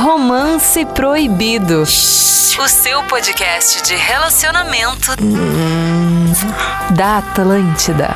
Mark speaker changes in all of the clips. Speaker 1: Romance Proibido. O seu podcast de relacionamento da Atlântida.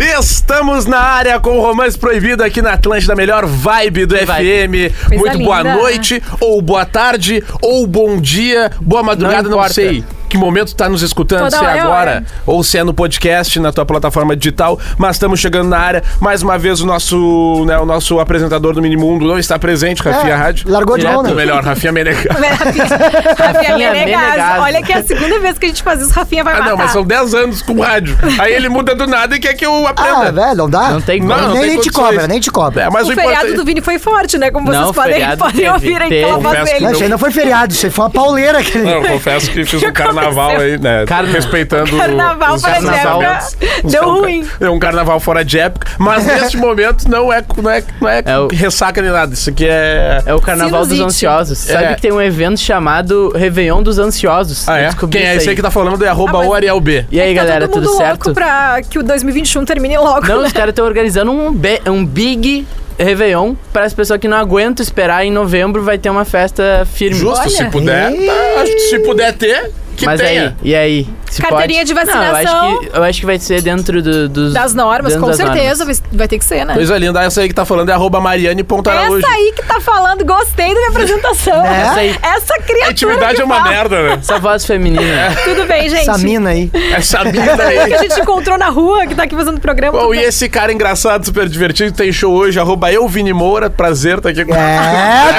Speaker 2: Estamos na área com o Romance Proibido aqui na Atlântida, a melhor vibe do FM.
Speaker 1: Coisa
Speaker 2: Muito boa
Speaker 1: linda.
Speaker 2: noite, ou boa tarde, ou bom dia, boa madrugada, não,
Speaker 3: importa.
Speaker 2: sei. Que momento tá nos escutando,
Speaker 1: Toda
Speaker 2: se é
Speaker 1: hora é
Speaker 2: agora
Speaker 1: hora.
Speaker 2: ou se é no podcast, na tua plataforma digital, mas estamos chegando na área. Mais uma vez, o nosso, né, o nosso apresentador do Minimundo não está presente, Rafinha Rádio.
Speaker 4: É, largou de
Speaker 2: Direto,
Speaker 4: mão, né?
Speaker 2: melhor, Rafinha Menegas.
Speaker 5: Rafinha
Speaker 3: Menegas.
Speaker 5: Menegas. É Olha que é a segunda vez que a gente faz isso, Rafinha vai
Speaker 2: Ah,
Speaker 5: matar.
Speaker 2: não, mas são 10 anos com rádio. Aí ele muda do nada e quer que eu
Speaker 4: Ah,
Speaker 2: aprenda.
Speaker 4: velho, não dá?
Speaker 3: Não tem como.
Speaker 2: Não,
Speaker 4: nem,
Speaker 2: tem
Speaker 4: nem te
Speaker 2: condições.
Speaker 4: cobra, nem te cobra.
Speaker 2: É,
Speaker 1: Um
Speaker 2: mas
Speaker 5: o
Speaker 2: o
Speaker 5: feriado
Speaker 2: importante-
Speaker 5: do Vini foi forte, né? Como vocês
Speaker 3: Não,
Speaker 5: podem,
Speaker 3: feliado
Speaker 5: podem
Speaker 3: teve,
Speaker 5: ouvir aí
Speaker 3: teve.
Speaker 5: pela voz
Speaker 2: Confesso que
Speaker 4: Não,
Speaker 5: dele.
Speaker 4: isso aí não foi feriado, isso aí foi uma pauleira. Que...
Speaker 2: Não, eu confesso que fiz um carnaval
Speaker 5: aconteceu?
Speaker 2: aí, né?
Speaker 3: Carna-
Speaker 2: Respeitando.
Speaker 5: Carnaval
Speaker 2: os
Speaker 5: fora de época.
Speaker 2: relacionamentos.
Speaker 5: Deu
Speaker 2: Então,
Speaker 5: ruim.
Speaker 2: É um carnaval fora de época, mas neste momento não é, não é, não é,
Speaker 3: É o-
Speaker 2: ressaca nem nada. Isso aqui é.
Speaker 3: É o Carnaval dos
Speaker 5: Sinusite.
Speaker 3: Ansiosos. Sabe
Speaker 2: É.
Speaker 3: que tem um evento chamado Réveillon dos Ansiosos.
Speaker 2: Ah,
Speaker 3: Eu
Speaker 2: é?
Speaker 3: descobri
Speaker 2: Quem é
Speaker 3: isso
Speaker 2: esse aí
Speaker 3: aí.
Speaker 2: que tá falando é arroba
Speaker 5: Ah, mas-
Speaker 2: o Ariel B.
Speaker 3: E aí,
Speaker 5: Tá
Speaker 3: galera,
Speaker 5: todo mundo
Speaker 3: tudo certo?
Speaker 5: louco pra que o 2021 termine logo.
Speaker 3: Não, os caras estão organizando um, be- um big Réveillon para as pessoas que não aguentam esperar. Em novembro vai ter uma festa firme.
Speaker 2: Justo,
Speaker 5: Olha.
Speaker 2: se é. puder. tá, acho que se puder ter, que
Speaker 3: Mas
Speaker 2: tenha.
Speaker 3: aí, e aí? Se
Speaker 5: Carteirinha de
Speaker 3: Não, eu,
Speaker 5: vacinação.
Speaker 3: acho que, eu acho que vai ser dentro do- dos...
Speaker 5: Das normas,
Speaker 3: dentro
Speaker 5: com
Speaker 3: das
Speaker 5: certeza. vai- Vai ter que ser, né?
Speaker 2: Coisa linda, essa aí que tá falando é arroba Mariane Ponto Araújo.
Speaker 5: Essa aí que tá falando, gostei da minha apresentação.
Speaker 4: Né?
Speaker 3: Essa aí.
Speaker 5: Essa criatura.
Speaker 2: A intimidade
Speaker 5: que
Speaker 2: é uma
Speaker 5: fala.
Speaker 2: merda, né?
Speaker 3: Essa voz feminina.
Speaker 5: Tudo bem, gente.
Speaker 4: Essa mina aí.
Speaker 2: Essa vida
Speaker 5: Que a
Speaker 2: aí.
Speaker 5: gente encontrou na rua, que tá aqui fazendo programa.
Speaker 2: Bom,
Speaker 5: tudo
Speaker 2: e
Speaker 5: bem.
Speaker 2: esse cara engraçado, super divertido, tem show hoje, arroba eu, Vini Moura, prazer tá aqui com
Speaker 4: É, tu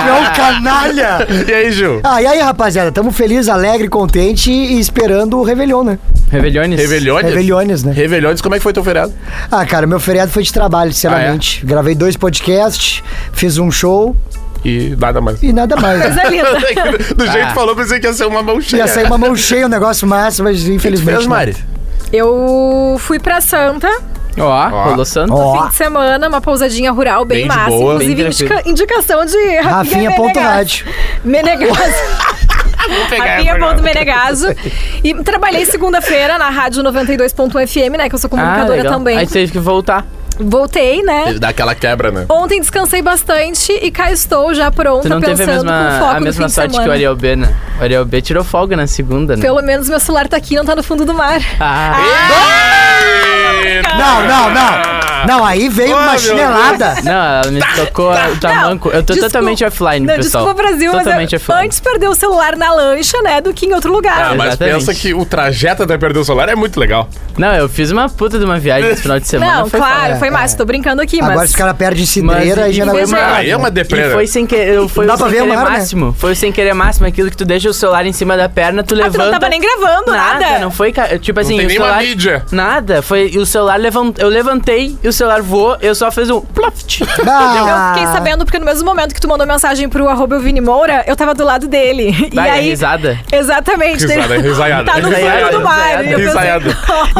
Speaker 4: é um canalha.
Speaker 2: E aí, Gil?
Speaker 4: Ah, e aí, rapaziada, tamo feliz, alegre, contente e esperando o Réveillon, né?
Speaker 3: Reveliones?
Speaker 2: Reveliones?
Speaker 4: Reveliones, né?
Speaker 2: Reveliones, como é que foi teu feriado?
Speaker 4: Ah, cara, meu feriado foi de trabalho,
Speaker 2: Ah,
Speaker 4: sinceramente.
Speaker 2: é?
Speaker 4: Gravei dois podcasts, fiz um show
Speaker 2: E nada mais.
Speaker 4: e nada mais. né?
Speaker 5: Coisa linda.
Speaker 2: Do
Speaker 3: Ah.
Speaker 2: jeito que falou, pensei que ia ser uma mão cheia.
Speaker 4: Ia sair uma né? mão cheia, um negócio massa, mas infelizmente.
Speaker 2: Fez,
Speaker 4: não.
Speaker 2: Mari?
Speaker 5: Eu fui pra Santa,
Speaker 3: Ó, rolou santo.
Speaker 4: Ó,
Speaker 5: fim de semana, uma pousadinha rural bem,
Speaker 2: Bem de
Speaker 5: massa.
Speaker 2: boa.
Speaker 3: Bem
Speaker 5: Inclusive,
Speaker 3: tranquilo.
Speaker 5: indica- indicação de Rafinha Menegas.
Speaker 4: Rafinha.rádio.
Speaker 5: Menegas.
Speaker 2: é
Speaker 5: Rafinha ponto Menegaso. E trabalhei segunda-feira na rádio 92.fm, né? Que eu sou comunicadora
Speaker 3: Ah, legal.
Speaker 5: também.
Speaker 3: Aí teve que voltar.
Speaker 5: Voltei, né?
Speaker 2: Ele dá aquela quebra, né?
Speaker 5: Ontem descansei bastante e cá estou já pronta
Speaker 3: Tu não
Speaker 5: pensando
Speaker 3: teve a
Speaker 5: com
Speaker 3: mesma,
Speaker 5: foco
Speaker 3: a
Speaker 5: no fim
Speaker 3: mesma
Speaker 5: de
Speaker 3: sorte
Speaker 5: semana.
Speaker 3: que o Ariel B, né? O Ariel B tirou folga na segunda, né?
Speaker 5: Pelo menos meu celular tá aqui, não tá no fundo do mar.
Speaker 3: Ah,
Speaker 4: Não, não, não. Não, aí veio
Speaker 2: Ah,
Speaker 4: uma
Speaker 2: meu
Speaker 4: chinelada.
Speaker 3: é? Não, ela me tocou o tamanco. Eu tô
Speaker 5: tá, Desculpa.
Speaker 3: totalmente offline,
Speaker 5: Não,
Speaker 3: pessoal.
Speaker 5: Desculpa, Brasil,
Speaker 3: totalmente
Speaker 5: mas eu-
Speaker 3: offline.
Speaker 5: antes perdeu o celular na lancha, né, do que em outro lugar.
Speaker 2: Ah, mas
Speaker 3: Exatamente.
Speaker 2: pensa que o trajeto até perder o celular é muito legal. Não
Speaker 3: Não, eu fiz uma puta de uma viagem esse final de semana.
Speaker 5: não,
Speaker 3: foi
Speaker 5: claro,
Speaker 4: é,
Speaker 5: foi massa, tô brincando aqui,
Speaker 4: Agora
Speaker 5: mas...
Speaker 4: os caras perdem cidreira
Speaker 3: Mas
Speaker 4: e já não
Speaker 5: foi
Speaker 4: aguenta
Speaker 5: uma-
Speaker 4: mais.
Speaker 2: Ah, é uma
Speaker 3: E
Speaker 2: depressa.
Speaker 3: foi sem querer, eu- foi
Speaker 4: Dá
Speaker 3: o
Speaker 4: pra
Speaker 3: sem
Speaker 4: ver o
Speaker 3: querer
Speaker 4: mar, né?
Speaker 3: máximo. Foi o sem querer máximo, aquilo que tu deixa o celular em cima da perna, tu
Speaker 5: Ah, tu
Speaker 3: levanta.
Speaker 5: não tava nem gravando nada.
Speaker 3: Não foi, ca- tipo assim,
Speaker 2: tem
Speaker 3: o
Speaker 2: nenhuma
Speaker 3: celular
Speaker 2: mídia.
Speaker 3: nada, foi e o celular levant, eu levantei e o celular voou, eu só fiz um ploft.
Speaker 5: Eu
Speaker 4: Ah,
Speaker 5: fiquei sabendo porque no mesmo momento que tu mandou mensagem pro arroba eu Vini Moura, eu tava do lado dele. E
Speaker 3: Daí,
Speaker 5: aí...
Speaker 3: é risada.
Speaker 5: Exatamente.
Speaker 2: Risada, é
Speaker 5: ele-
Speaker 2: risaiada.
Speaker 5: Tá no fundo
Speaker 3: Risaiada,
Speaker 5: do mar. e eu pensei, "Oh,
Speaker 2: risaiada.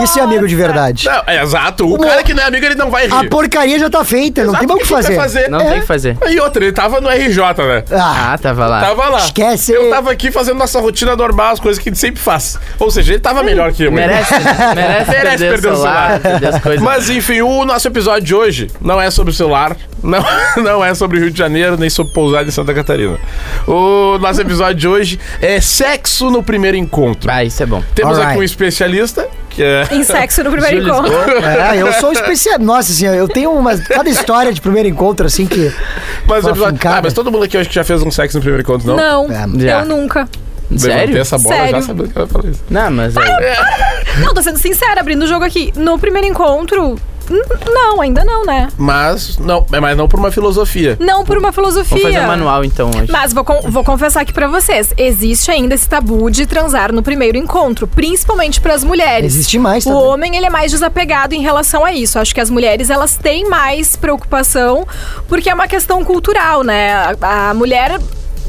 Speaker 4: Isso é amigo de verdade.
Speaker 2: Não, é exato. O cara que não é amigo, ele não vai rir.
Speaker 4: A porcaria já tá feita, não
Speaker 2: Exato,
Speaker 4: tem mais o que
Speaker 2: tu vai
Speaker 4: fazer. É.
Speaker 3: Não
Speaker 5: É.
Speaker 3: tem o que fazer.
Speaker 2: E outra, ele tava no RJ, né?
Speaker 4: Ah,
Speaker 3: Ah, tava lá.
Speaker 2: Tava lá.
Speaker 4: Esquece.
Speaker 2: Eu tava aqui fazendo nossa rotina normal, as coisas que a gente sempre faz. Ou seja, ele tava melhor que eu. hein?
Speaker 3: Merece, merece,
Speaker 2: Merece
Speaker 3: perder, o celular, perder as coisas.
Speaker 2: Mas enfim, o nosso episódio de hoje não é sobre o celular, não, não é sobre o Rio de Janeiro, nem sobre pousada em Santa Catarina. O nosso episódio de hoje é sexo no primeiro encontro.
Speaker 3: Ah, isso é bom.
Speaker 2: Temos
Speaker 4: Alright.
Speaker 2: aqui um especialista, que é.
Speaker 5: Em sexo no primeiro
Speaker 3: Júlio
Speaker 5: encontro.
Speaker 4: É, eu sou especial. Nossa, assim, eu tenho uma. Cada história de primeiro encontro, assim, que.
Speaker 2: Mas, o
Speaker 4: Tá
Speaker 2: episódio,
Speaker 4: fincada.
Speaker 2: ah, mas todo mundo aqui hoje que já fez um sexo no primeiro encontro, não?
Speaker 5: Não,
Speaker 4: É.
Speaker 3: Já.
Speaker 5: eu nunca.
Speaker 2: Levantei
Speaker 3: Sério?
Speaker 2: essa bola já
Speaker 5: Sério.
Speaker 2: sabendo que ela falou isso.
Speaker 3: Não, mas... aí-
Speaker 5: Não, tô sendo sincera, abrindo o jogo aqui. No primeiro encontro, n- não, ainda não, né?
Speaker 2: Mas não, é, mas não por uma filosofia.
Speaker 5: Não por uma filosofia.
Speaker 3: Vamos fazer um manual, então, hoje.
Speaker 5: Mas vou, con- vou confessar aqui pra vocês, existe ainda esse tabu de transar no primeiro encontro, principalmente pras mulheres.
Speaker 4: Existe mais
Speaker 5: O
Speaker 4: também.
Speaker 5: homem, ele é mais desapegado em relação a isso. Acho que as mulheres, elas têm mais preocupação, porque é uma questão cultural, né? A, a mulher...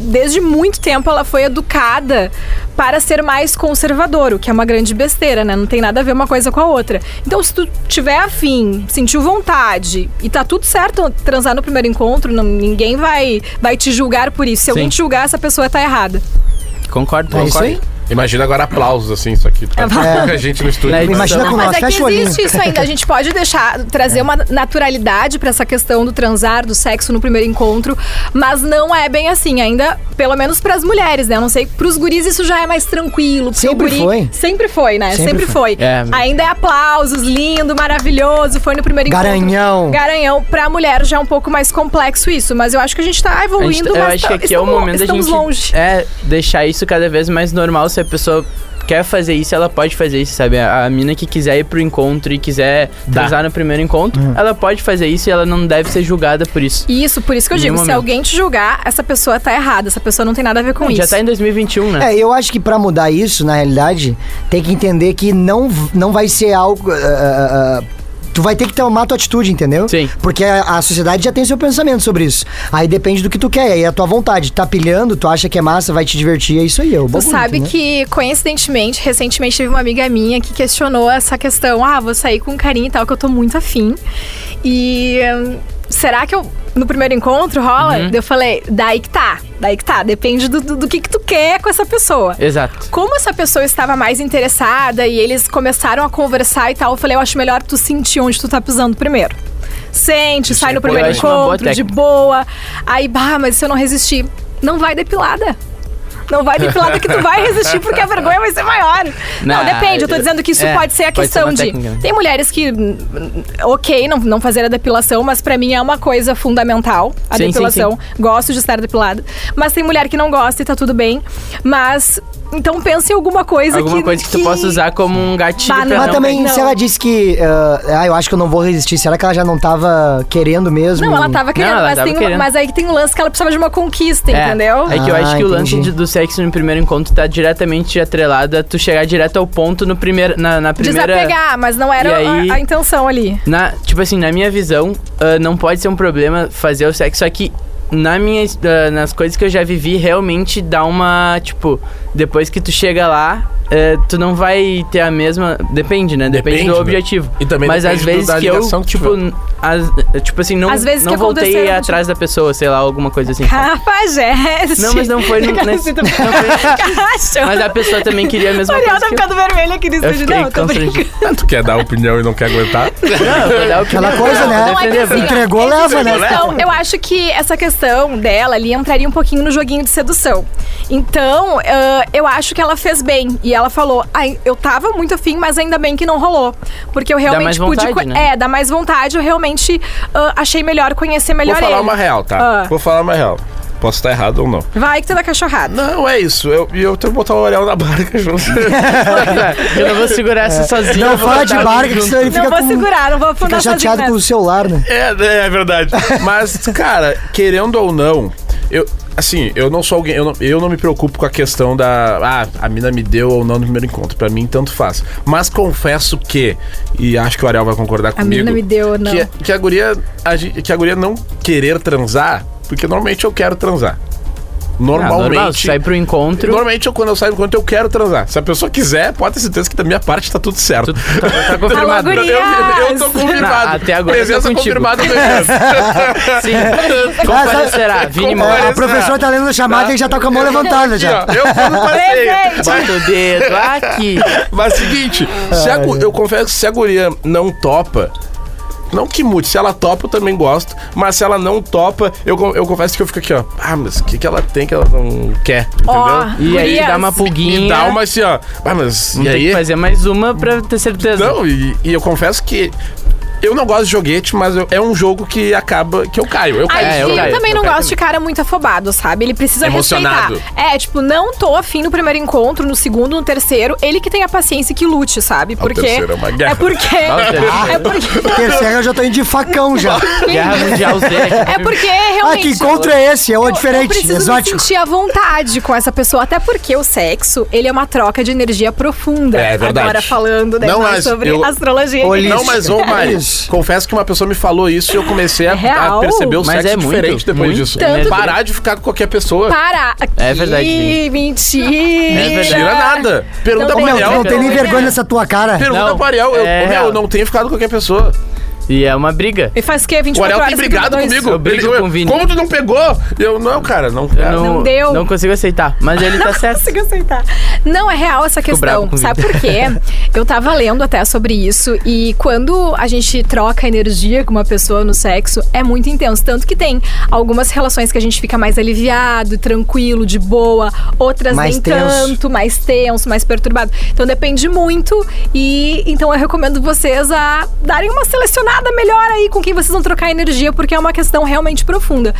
Speaker 5: Desde muito tempo ela foi educada para ser mais conservador, o que é uma grande besteira, né? Não tem nada a ver uma coisa com a outra. Então, se tu tiver afim, sentiu vontade e tá tudo certo transar no primeiro encontro, não- ninguém vai, vai te julgar por isso. Se alguém
Speaker 3: Sim.
Speaker 5: te julgar, essa pessoa tá errada.
Speaker 3: Concordo,
Speaker 4: É isso
Speaker 3: concordo.
Speaker 4: aí?
Speaker 2: Imagina agora aplausos, assim, isso aqui. Tá pouca gente no estúdio.
Speaker 3: É,
Speaker 2: né?
Speaker 4: Imagina
Speaker 3: Não,
Speaker 4: com nós,
Speaker 5: Mas é
Speaker 4: fecha
Speaker 5: que
Speaker 4: o olhinho.
Speaker 5: existe isso ainda. A gente pode deixar, trazer uma naturalidade pra essa questão do transar, do sexo no primeiro encontro, mas não é bem assim ainda, pelo menos pras mulheres, né? Eu não sei, pros guris isso já é mais tranquilo. porque
Speaker 4: Sempre
Speaker 5: o guri,
Speaker 4: foi.
Speaker 5: Sempre foi, né?
Speaker 4: Sempre
Speaker 5: Sempre, foi.
Speaker 3: É.
Speaker 5: ainda é aplausos, lindo, maravilhoso, foi no primeiro encontro.
Speaker 4: Garanhão.
Speaker 5: Garanhão, pra mulher já é um pouco mais complexo isso, mas eu acho que a gente tá
Speaker 3: A
Speaker 5: evoluindo
Speaker 3: gente- eu
Speaker 5: mas
Speaker 3: acho que
Speaker 5: tá-
Speaker 3: aqui é o
Speaker 5: estamos-
Speaker 3: momento da
Speaker 5: estamos
Speaker 3: gente
Speaker 5: longe.
Speaker 3: é deixar isso cada vez mais normal se a pessoa quer fazer isso, ela pode fazer isso, sabe? A, a mina que quiser ir pro encontro e quiser transar no primeiro encontro,
Speaker 5: Uhum.
Speaker 3: ela pode fazer isso e ela não deve ser julgada por isso.
Speaker 5: Isso, por isso que eu
Speaker 3: Em
Speaker 5: digo,
Speaker 3: nenhum
Speaker 5: se
Speaker 3: é momento.
Speaker 5: alguém te julgar, essa pessoa tá errada, essa pessoa não tem nada a ver com isso.
Speaker 3: Já tá em 2021, né?
Speaker 4: É, eu acho que pra mudar isso, na realidade, tem que entender que não, v- não vai ser algo. ah, ah, ah, tu vai ter que tomar tua atitude, entendeu?
Speaker 3: Sim.
Speaker 4: Porque a, a sociedade já tem seu pensamento sobre isso. Aí depende do que tu quer, aí é a tua vontade. Tá pilhando, tu acha que é massa, vai te divertir, é isso aí. É o
Speaker 5: Tu
Speaker 4: bagulho,
Speaker 5: sabe
Speaker 4: entendeu?
Speaker 5: que, coincidentemente, recentemente teve uma amiga minha que questionou essa questão. Ah, vou sair com um carinho e tal, que eu tô muito afim. E hum, será que eu. No primeiro encontro rola? Daí Eu falei, daí que tá, daí que tá. Depende do, do, do que, que tu quer com essa pessoa.
Speaker 3: Exato.
Speaker 5: Como essa pessoa estava mais interessada e eles começaram a conversar e tal, eu falei, eu acho melhor tu sentir onde tu tá pisando primeiro. Sente,
Speaker 2: Isso
Speaker 5: sai
Speaker 2: é
Speaker 5: no primeiro
Speaker 3: importante, uma boa
Speaker 5: encontro, de
Speaker 3: técnica.
Speaker 5: boa. Aí, bah, mas se eu não resistir, não vai depilada. Não vai depilada que tu vai resistir porque a vergonha vai ser maior.
Speaker 3: Não,
Speaker 5: Não, depende, eu tô
Speaker 3: eu-
Speaker 5: dizendo que isso
Speaker 3: é,
Speaker 5: pode ser a
Speaker 3: pode ser
Speaker 5: questão
Speaker 3: uma
Speaker 5: de.
Speaker 3: técnica, né?
Speaker 5: Tem mulheres que, hum, ok, não, não fazer a depilação, mas pra mim é uma coisa fundamental a
Speaker 3: Sim, sim,
Speaker 5: depilação.
Speaker 3: sim.
Speaker 5: Gosto de estar depilada. Mas tem mulher que não gosta e tá tudo bem. Mas, então pensa em alguma coisa
Speaker 3: Alguma
Speaker 5: que...
Speaker 3: coisa que tu possa usar como um gatilho
Speaker 5: Bah,
Speaker 3: pra
Speaker 4: Mas
Speaker 5: não,
Speaker 4: também,
Speaker 5: não.
Speaker 4: se ela disse que. ah, ah, eu acho que eu não vou resistir, será que ela já não tava querendo mesmo?
Speaker 5: Não, ela tava querendo,
Speaker 3: ela
Speaker 5: mas,
Speaker 3: tava
Speaker 5: tem um-
Speaker 3: querendo.
Speaker 5: mas aí tem um lance que ela precisava de uma conquista, entendeu?
Speaker 3: É que eu
Speaker 4: Ah,
Speaker 3: acho que o lance
Speaker 4: entendi.
Speaker 3: de- do sexo no primeiro encontro tá diretamente atrelado a tu chegar direto ao ponto no primeiro, na, na primeira...
Speaker 5: Desapegar, mas não
Speaker 3: E
Speaker 5: era
Speaker 3: aí-
Speaker 5: a, a intenção ali.
Speaker 3: Na, tipo assim, na minha visão, ah, não pode ser um problema fazer o sexo, só que na minha, es- ah, nas coisas que eu já vivi, realmente dá uma, tipo, depois que tu chega lá, eh, tu não vai ter a mesma, depende, né? Depende,
Speaker 2: Depende,
Speaker 3: do
Speaker 2: né?
Speaker 3: objetivo.
Speaker 2: E também
Speaker 3: Mas
Speaker 2: depende
Speaker 3: às vezes
Speaker 2: do- da
Speaker 3: que eu,
Speaker 2: ligação que
Speaker 3: tipo, n- as- eh, tipo assim, não,
Speaker 5: Às vezes
Speaker 3: não
Speaker 5: que Ah,
Speaker 3: voltei
Speaker 5: aconteceram,
Speaker 3: atrás da pessoa, sei lá, alguma coisa assim.
Speaker 5: Cafajeste.
Speaker 3: Não, mas não foi no- nesse- não foi-
Speaker 5: é, Cachorro.
Speaker 3: Mas é a pessoa também queria a mesma
Speaker 5: Ariel
Speaker 3: coisa.
Speaker 5: tá
Speaker 3: que eu.
Speaker 5: ficando vermelha aqui no
Speaker 3: Eu
Speaker 5: estúdio.
Speaker 3: fiquei um
Speaker 5: Não, tô
Speaker 3: constrangido.
Speaker 5: brincando.
Speaker 2: Tu quer dar opinião e não quer aguentar?
Speaker 3: Não, eu vou dar
Speaker 4: Aquela
Speaker 3: opinião,
Speaker 4: coisa,
Speaker 3: eu vou
Speaker 4: né?
Speaker 5: Não, é que
Speaker 3: defender.
Speaker 5: assim, ó,
Speaker 4: Entregou,
Speaker 5: essa
Speaker 4: leva, né?
Speaker 5: questão- Eu acho que essa questão dela ali entraria um pouquinho no joguinho de sedução. Então, ah, eu acho que ela fez bem. E ela falou: "Ai, eu tava muito afim, mas ainda bem que não rolou. Porque eu realmente
Speaker 3: mais
Speaker 5: pude.
Speaker 3: vontade,
Speaker 5: co-
Speaker 3: né?
Speaker 5: É, dá mais vontade. Eu realmente ah, achei melhor conhecer
Speaker 2: Vou
Speaker 5: melhor
Speaker 2: falar
Speaker 5: ele.
Speaker 2: uma real, tá?
Speaker 5: Ah.
Speaker 2: Vou falar uma real. Posso estar errado ou não.
Speaker 5: Vai que tu dá cachorrada.
Speaker 2: Não, é isso. Eu- E eu, tenho que botar o Ariel na barca junto.
Speaker 3: Eu não vou segurar essa sozinha.
Speaker 4: É. Não
Speaker 3: eu vou um
Speaker 4: fala de
Speaker 3: botar
Speaker 4: barca, que
Speaker 3: junto.
Speaker 4: senão ele
Speaker 5: não
Speaker 4: fica,
Speaker 5: vou
Speaker 4: com-
Speaker 5: segurar, não vou afundar
Speaker 4: fica chateado
Speaker 5: sozinha
Speaker 4: com o
Speaker 5: nessa.
Speaker 4: celular, né?
Speaker 2: É, né, é verdade. Mas, cara, querendo ou não, eu. Assim, eu não sou alguém. Eu não, eu não me preocupo com a questão da. Ah, a mina me deu ou não no primeiro encontro. Pra mim, tanto faz. Mas confesso que. E acho que o Ariel vai concordar comigo.
Speaker 5: mina me deu ou não.
Speaker 4: é
Speaker 2: Que, que, a guria, a gen- que a guria não querer transar. Porque normalmente eu quero transar.
Speaker 3: Ah, normal,
Speaker 2: Normalmente.
Speaker 3: sai pro encontro.
Speaker 2: Normalmente, eu, quando eu saio do encontro, eu quero transar. Se a pessoa quiser, pode ter certeza que da minha parte tá tudo certo.
Speaker 3: Tá confirmado.
Speaker 5: confirmado.
Speaker 2: Eu, eu- eu tô confirmado.
Speaker 3: Não, até agora eu tô
Speaker 2: Presença
Speaker 3: contigo.
Speaker 2: confirmada do evento.
Speaker 3: Sim.
Speaker 4: Ah,
Speaker 3: Comparecerá,
Speaker 2: Compare-
Speaker 3: Vini Moura.
Speaker 4: É, A professora tá lendo a chamada e já tá com a mão levantada
Speaker 2: Aqui,
Speaker 4: já.
Speaker 2: Assim, ó, Eu comparei.
Speaker 4: assim?
Speaker 3: Bota o dedo aqui.
Speaker 2: Mas seguinte, se a gu- eu confesso que se a guria não topa. Não que mude, se ela topa eu também gosto, mas se ela não topa, eu, co- eu confesso que eu fico aqui, ó. Ah, mas o que, que ela tem que ela não quer? Entendeu?
Speaker 5: Ó,
Speaker 3: E aí
Speaker 5: gurias,
Speaker 3: dá uma pulguinha.
Speaker 2: E dá uma assim, ó. Ah, mas
Speaker 3: Vamos
Speaker 2: e
Speaker 3: ter
Speaker 2: aí?
Speaker 3: que fazer mais uma pra ter certeza.
Speaker 2: Não, e, e eu confesso que eu não gosto de joguete, mas eu- é um jogo que acaba que eu caio. Eu caio.
Speaker 5: Ai,
Speaker 3: É,
Speaker 2: nesse
Speaker 5: eu,
Speaker 3: eu
Speaker 2: joguete.
Speaker 3: caio,
Speaker 5: também
Speaker 3: eu
Speaker 5: não
Speaker 3: caio
Speaker 5: gosto de cara muito afobado, sabe? Ele precisa
Speaker 2: Emocionado.
Speaker 5: respeitar. É, tipo, não tô afim no primeiro encontro, no segundo, no terceiro. Ele que tem a paciência e que lute, sabe? Porque.
Speaker 2: terceiro é uma guerra.
Speaker 5: porque.
Speaker 3: o terceiro.
Speaker 5: É porque.
Speaker 4: Terceira eu já tô indo de facão já.
Speaker 3: Guerra Mundial Z.
Speaker 5: É porque
Speaker 4: Ah,
Speaker 5: realmente.
Speaker 4: que encontro é esse? É o
Speaker 5: Eu- Eu
Speaker 4: diferente,
Speaker 5: preciso me
Speaker 4: exótico.
Speaker 5: sentir à vontade com essa pessoa, até porque o sexo, ele é uma troca de energia profunda.
Speaker 2: É, é verdade.
Speaker 5: Agora falando né,
Speaker 2: Não,
Speaker 5: mais
Speaker 2: mas
Speaker 5: sobre
Speaker 2: eu-
Speaker 5: astrologia.
Speaker 4: Olhe-
Speaker 2: Não, mas ô
Speaker 3: é
Speaker 2: Mari,
Speaker 4: Isso.
Speaker 2: confesso que uma pessoa me falou isso e eu comecei a,
Speaker 5: É real?
Speaker 2: a perceber o
Speaker 3: Mas
Speaker 2: sexo
Speaker 3: é muito,
Speaker 2: diferente depois
Speaker 3: muito.
Speaker 2: disso.
Speaker 5: Tanto que-
Speaker 2: Parar de ficar com qualquer pessoa.
Speaker 5: Para!
Speaker 3: É verdade, Vini.
Speaker 5: Ih, mentira!
Speaker 3: É verdade.
Speaker 2: Mentira nada. Pergunta
Speaker 5: Não
Speaker 2: pro
Speaker 5: tem-
Speaker 4: Meu, tu
Speaker 2: Ariel.
Speaker 4: não tem nem
Speaker 5: Não,
Speaker 4: vergonha
Speaker 5: não.
Speaker 4: nessa tua cara.
Speaker 2: Pergunta
Speaker 3: Não,
Speaker 2: pro Ariel. Eu,
Speaker 3: é
Speaker 2: meu,
Speaker 3: real.
Speaker 2: eu não tenho ficado com qualquer pessoa.
Speaker 3: E é uma briga.
Speaker 5: E faz o quê?
Speaker 2: O
Speaker 5: 24
Speaker 2: Ariel
Speaker 5: horas
Speaker 2: tem brigado
Speaker 5: 72?
Speaker 2: comigo.
Speaker 3: Eu brigo
Speaker 2: Ele-
Speaker 3: com o Vini.
Speaker 2: Como tu não pegou? Eu, não, cara, não
Speaker 3: Eu
Speaker 2: quero.
Speaker 3: não,
Speaker 5: Não deu.
Speaker 3: Não consigo aceitar. Mas ele tá certo.
Speaker 5: consigo aceitar. Não, é real essa
Speaker 3: bravo
Speaker 5: questão.
Speaker 3: com o
Speaker 5: Sabe por quê? Eu tava lendo até sobre isso e quando a gente troca energia com uma pessoa no sexo, é muito intenso. Tanto que tem algumas relações que a gente fica mais aliviado, tranquilo, de boa, outras
Speaker 4: Mais
Speaker 5: nem
Speaker 4: tenso.
Speaker 5: tanto, mais tenso, mais perturbado. Então depende muito e então eu recomendo vocês a darem uma selecionada melhor aí com quem vocês vão trocar energia, porque é uma questão realmente profunda.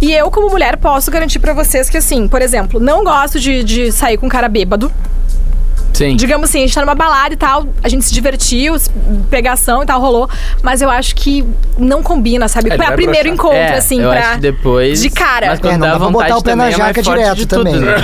Speaker 5: E eu, como mulher, posso garantir pra vocês que, assim, por exemplo, não gosto de, de sair com um cara bêbado.
Speaker 3: Sim.
Speaker 5: Digamos assim, a gente tá numa balada e tal, a gente se divertiu, se- pegação e tal, rolou. Mas eu acho que não combina, sabe?
Speaker 2: É, ele
Speaker 5: pra
Speaker 2: vai
Speaker 5: primeiro
Speaker 2: broxar.
Speaker 5: encontro,
Speaker 3: É,
Speaker 5: assim,
Speaker 3: eu
Speaker 5: pra.
Speaker 3: acho que depois.
Speaker 5: de cara.
Speaker 3: Mas quando
Speaker 4: É, não
Speaker 3: dá
Speaker 4: dá pra
Speaker 3: vontade
Speaker 4: botar o pé na
Speaker 3: também, é mais
Speaker 4: jaca
Speaker 3: forte
Speaker 4: direto
Speaker 3: de tudo,
Speaker 4: também,
Speaker 3: né?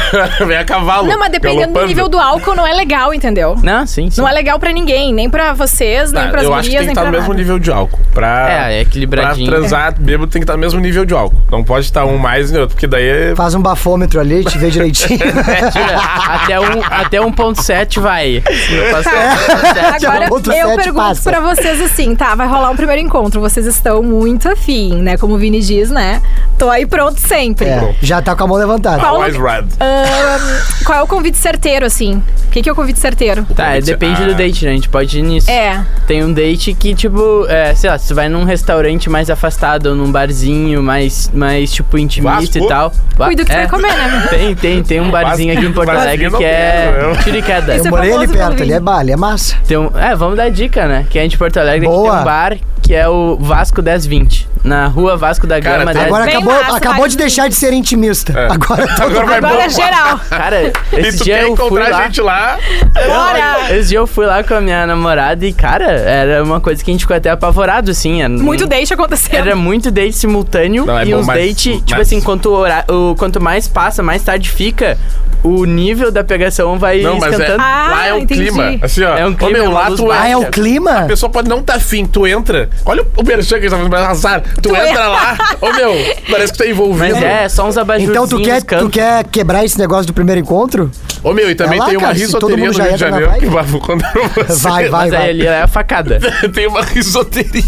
Speaker 4: né?
Speaker 2: Vem a cavalo.
Speaker 5: Não, mas
Speaker 3: é
Speaker 5: dependendo do
Speaker 2: galopando.
Speaker 5: nível do álcool, não é legal, entendeu?
Speaker 3: Não, sim, sim.
Speaker 5: Não é legal pra ninguém, nem pra vocês, nem
Speaker 2: Ah,
Speaker 5: pras
Speaker 2: eu
Speaker 5: gurias,
Speaker 2: acho que tem que
Speaker 5: nem
Speaker 2: estar
Speaker 5: pra
Speaker 2: no mesmo
Speaker 5: nada.
Speaker 2: nível de álcool. Pra,
Speaker 3: É, é equilibradinho.
Speaker 2: Pra transar bêbado tem que estar no mesmo nível de álcool. Não pode estar um mais nem outro, porque daí é...
Speaker 4: Faz um bafômetro ali, te vê direitinho.
Speaker 3: Tira, até, um, até 1.7 vai. um Se eu passar 1.7,
Speaker 5: Agora,
Speaker 4: Tirar outro
Speaker 5: eu
Speaker 4: sete,
Speaker 5: pergunto
Speaker 4: passa.
Speaker 5: pra vocês assim, tá? Vai rolar um primeiro encontro, vocês estão muito afim, né? Como o Vini diz, né? Tô aí pronto sempre.
Speaker 4: É, já tá com a mão levantada.
Speaker 5: Qual-
Speaker 2: Always red.
Speaker 5: Ahn, qual é o convite certeiro, assim? O que, que é o convite certeiro?
Speaker 3: Tá, é, depende do date, né? A gente pode ir nisso.
Speaker 5: É.
Speaker 3: Tem um date que, tipo, é, sei lá, se tu vai num restaurante mais afastado ou num barzinho mais, mais tipo, intimista e
Speaker 2: Vasco.
Speaker 3: tal. Va-
Speaker 5: Cuida o que tu
Speaker 3: é.
Speaker 5: vai comer, né?
Speaker 3: Tem, tem, tem um barzinho aqui em Porto
Speaker 2: Vasco
Speaker 3: Alegre
Speaker 2: não
Speaker 3: que
Speaker 2: quero,
Speaker 3: é
Speaker 2: eu-
Speaker 3: Churicada.
Speaker 5: Isso
Speaker 4: Eu
Speaker 5: é
Speaker 4: morei ali
Speaker 5: famoso pelo
Speaker 4: perto, ali é
Speaker 5: vídeo.
Speaker 4: bale, é massa.
Speaker 3: Tem um- é, vamos dar dica, né? Que é de Porto Alegre que tem
Speaker 4: Boa.
Speaker 3: um bar que é o Vasco 1020. Na rua Vasco da
Speaker 2: Cara, tá
Speaker 3: Gama.
Speaker 2: tem-
Speaker 3: 10...
Speaker 4: Agora
Speaker 5: Bem
Speaker 4: acabou,
Speaker 5: massa,
Speaker 4: acabou
Speaker 5: vale
Speaker 4: de
Speaker 5: muito.
Speaker 4: deixar de ser intimista. Agora todo
Speaker 2: Agora vai
Speaker 5: Agora
Speaker 2: bom.
Speaker 5: é geral.
Speaker 3: Cara,
Speaker 2: E
Speaker 3: esse
Speaker 2: tu
Speaker 3: dia
Speaker 2: quer
Speaker 3: eu fui
Speaker 2: encontrar
Speaker 3: lá...
Speaker 2: a gente lá...
Speaker 5: Bora!
Speaker 3: é, Esse dia eu fui lá com a minha namorada e, cara, era uma coisa que a gente ficou até apavorado, assim. Era,
Speaker 5: Muito né? deixa acontecer.
Speaker 3: Era muito date simultâneo
Speaker 2: Não, é
Speaker 3: e
Speaker 2: bom,
Speaker 3: uns
Speaker 2: mas-
Speaker 3: date,
Speaker 2: mas-
Speaker 3: tipo assim, quanto, hora- o, quanto mais passa, mais tarde fica, o nível da pegação vai
Speaker 2: Não, mas é,
Speaker 3: esquentando.
Speaker 5: Ah,
Speaker 2: lá é um
Speaker 5: entendi.
Speaker 2: clima. Assim, ó.
Speaker 3: É um
Speaker 2: Ô,
Speaker 3: clima, é
Speaker 2: meu,
Speaker 3: uma
Speaker 2: lá
Speaker 3: luz
Speaker 2: tu
Speaker 4: Ah,
Speaker 2: é...
Speaker 4: é o
Speaker 2: A
Speaker 4: clima?
Speaker 2: pessoa pode não tá afim, tu entra. Olha o merchan que eles estão fazendo, azar. Tu,
Speaker 5: é.
Speaker 2: entra lá, ô meu, parece que tu é envolvido.
Speaker 3: Mas é, só uns abajurzinhos.
Speaker 4: Então tu quer, tu
Speaker 3: canto.
Speaker 4: quer quebrar esse negócio do primeiro encontro?
Speaker 2: Ô meu, e também
Speaker 4: É lá,
Speaker 2: tem uma
Speaker 4: cara, se todo
Speaker 2: risoteria
Speaker 4: mundo
Speaker 2: no
Speaker 4: já
Speaker 2: Rio de
Speaker 4: entra na
Speaker 2: Janeiro que
Speaker 4: vibe.
Speaker 2: vai vou contar pra você.
Speaker 4: Vai, vai,
Speaker 3: Mas é,
Speaker 4: vai.
Speaker 3: ele é a facada.
Speaker 2: Tem uma risoteria.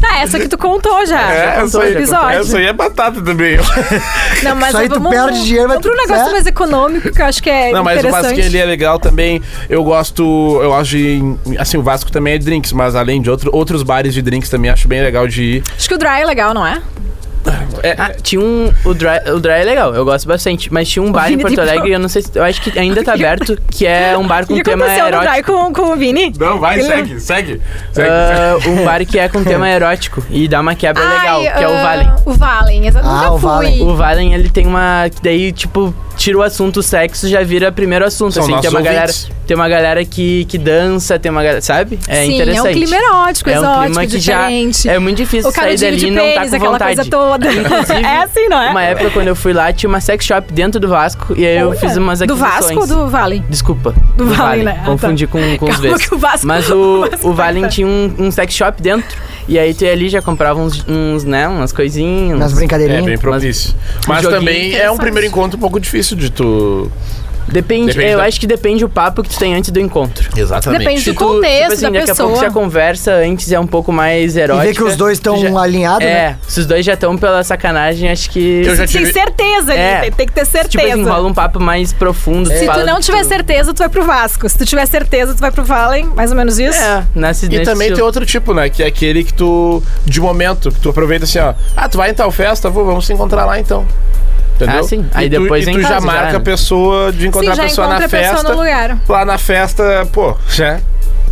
Speaker 5: Tá, essa que tu contou já.
Speaker 2: É, essa
Speaker 3: contou,
Speaker 2: aí,
Speaker 3: já
Speaker 5: contou.
Speaker 2: essa aí é batata também.
Speaker 5: Não, mas
Speaker 4: Isso aí tu
Speaker 5: vamos-
Speaker 4: perde dinheiro, mas
Speaker 5: Vamos pra um
Speaker 4: tu-
Speaker 5: negócio
Speaker 4: é.
Speaker 5: mais econômico, que eu acho que é
Speaker 2: Não, mas o
Speaker 5: interessante.
Speaker 2: Vasco ele é legal também. Eu gosto, eu acho de, assim, o Vasco também é de drinks, mas além de outro, outros bares de drinks também acho bem legal de ir.
Speaker 5: Acho que o dry é legal, não é?
Speaker 3: Ah, tinha um. O dry, o dry é legal, eu gosto bastante. Mas tinha um bar em
Speaker 5: Vini
Speaker 3: Porto
Speaker 5: de
Speaker 3: Alegre, eu não sei se. Eu acho que ainda tá aberto, que é um bar
Speaker 5: O
Speaker 3: com
Speaker 5: que
Speaker 3: tema
Speaker 5: aconteceu no dry
Speaker 3: erótico.
Speaker 5: com, com o Vini?
Speaker 2: Não, vai,
Speaker 5: Ele-
Speaker 2: segue, segue, segue.
Speaker 3: Ah, um bar que é com tema erótico e dá uma quebra legal,
Speaker 5: Ai,
Speaker 3: que é o
Speaker 5: ah,
Speaker 3: Valen.
Speaker 5: O Valen, eu nunca
Speaker 4: Ah, o
Speaker 5: fui.
Speaker 4: Valen.
Speaker 3: O Valen, ele tem uma. que Daí, tipo, tira o assunto sexo, já vira primeiro assunto.
Speaker 2: São
Speaker 3: assim, tem
Speaker 2: nossos
Speaker 3: uma, galera,
Speaker 2: ouvintes.
Speaker 3: tem uma galera que, que dança, tem uma galera. Sabe? É
Speaker 5: Sim,
Speaker 3: interessante.
Speaker 5: é um clima erótico,
Speaker 3: É um
Speaker 5: exótico,
Speaker 3: clima que já-
Speaker 5: diferente.
Speaker 3: É muito difícil
Speaker 5: o
Speaker 3: sair
Speaker 5: canudinho
Speaker 3: dali
Speaker 5: de
Speaker 3: e não tá
Speaker 5: pênis,
Speaker 3: com
Speaker 5: aquela
Speaker 3: vontade.
Speaker 5: coisa toda. é assim, não é?
Speaker 3: Uma época, quando eu fui lá, tinha uma sex shop dentro do Vasco e aí eu
Speaker 5: Olha,
Speaker 3: fiz umas
Speaker 5: Do
Speaker 3: aquisições.
Speaker 5: Vasco ou do Valen?
Speaker 3: Desculpa.
Speaker 5: Do Valen, né? Ah, tá.
Speaker 3: Confundi com, com os
Speaker 5: Calma
Speaker 3: Vs.
Speaker 5: que o Vasco-
Speaker 3: Mas
Speaker 5: o
Speaker 3: o,
Speaker 5: Vasco
Speaker 3: o
Speaker 5: vai
Speaker 3: Valen
Speaker 5: entrar.
Speaker 3: tinha um, um sex shop dentro. E aí tu ia ali já comprava uns, uns né? Umas coisinhas.
Speaker 4: Nas
Speaker 3: uns-
Speaker 2: É
Speaker 4: brincadeirinhas.
Speaker 2: bem propício. Mas,
Speaker 3: joguinho
Speaker 2: também é um
Speaker 5: interessante.
Speaker 2: primeiro encontro um pouco difícil de tu.
Speaker 3: Depende,
Speaker 2: Depende
Speaker 3: eu
Speaker 2: da-
Speaker 3: acho que depende o papo que tu tem antes do encontro.
Speaker 2: Exatamente.
Speaker 5: Depende
Speaker 3: Se
Speaker 5: do
Speaker 3: tu- assim,
Speaker 5: contexto da
Speaker 3: tipo, daqui a pouco
Speaker 5: pessoa.
Speaker 3: se a conversa antes é um pouco mais
Speaker 4: e
Speaker 3: erótica.
Speaker 4: ver que os dois estão
Speaker 3: tu já-
Speaker 4: alinhados, né?
Speaker 3: É, se os dois já estão pela sacanagem, acho que.
Speaker 2: Eu já
Speaker 5: Tem
Speaker 2: tive-
Speaker 5: certeza,
Speaker 3: É.
Speaker 5: ali, tem- tem que ter
Speaker 3: Tipo,
Speaker 5: certeza.
Speaker 3: assim, rola um papo mais profundo.
Speaker 5: Se
Speaker 3: fala
Speaker 5: tu não
Speaker 3: do
Speaker 5: tiver certeza, tu vai pro Vasco. Se tu tiver certeza, tu vai pro Valen. Mais ou menos isso?
Speaker 3: É, nasce
Speaker 2: E também tem outro tipo, né? Que é aquele que tu, de momento, que tu aproveita assim, ó. Ah, tu vai em tal festa, vou, vamos se encontrar lá então. Entendeu?
Speaker 3: Ah, sim. Aí
Speaker 2: e tu,
Speaker 3: depois
Speaker 2: e
Speaker 3: em
Speaker 2: tu já
Speaker 3: casa,
Speaker 2: marca
Speaker 3: já,
Speaker 2: a
Speaker 3: né?
Speaker 2: pessoa de encontrar
Speaker 5: Sim, já
Speaker 2: a pessoa
Speaker 5: encontra
Speaker 2: na
Speaker 5: a
Speaker 2: festa.
Speaker 5: pessoa no lugar.
Speaker 2: Lá na festa, pô, já.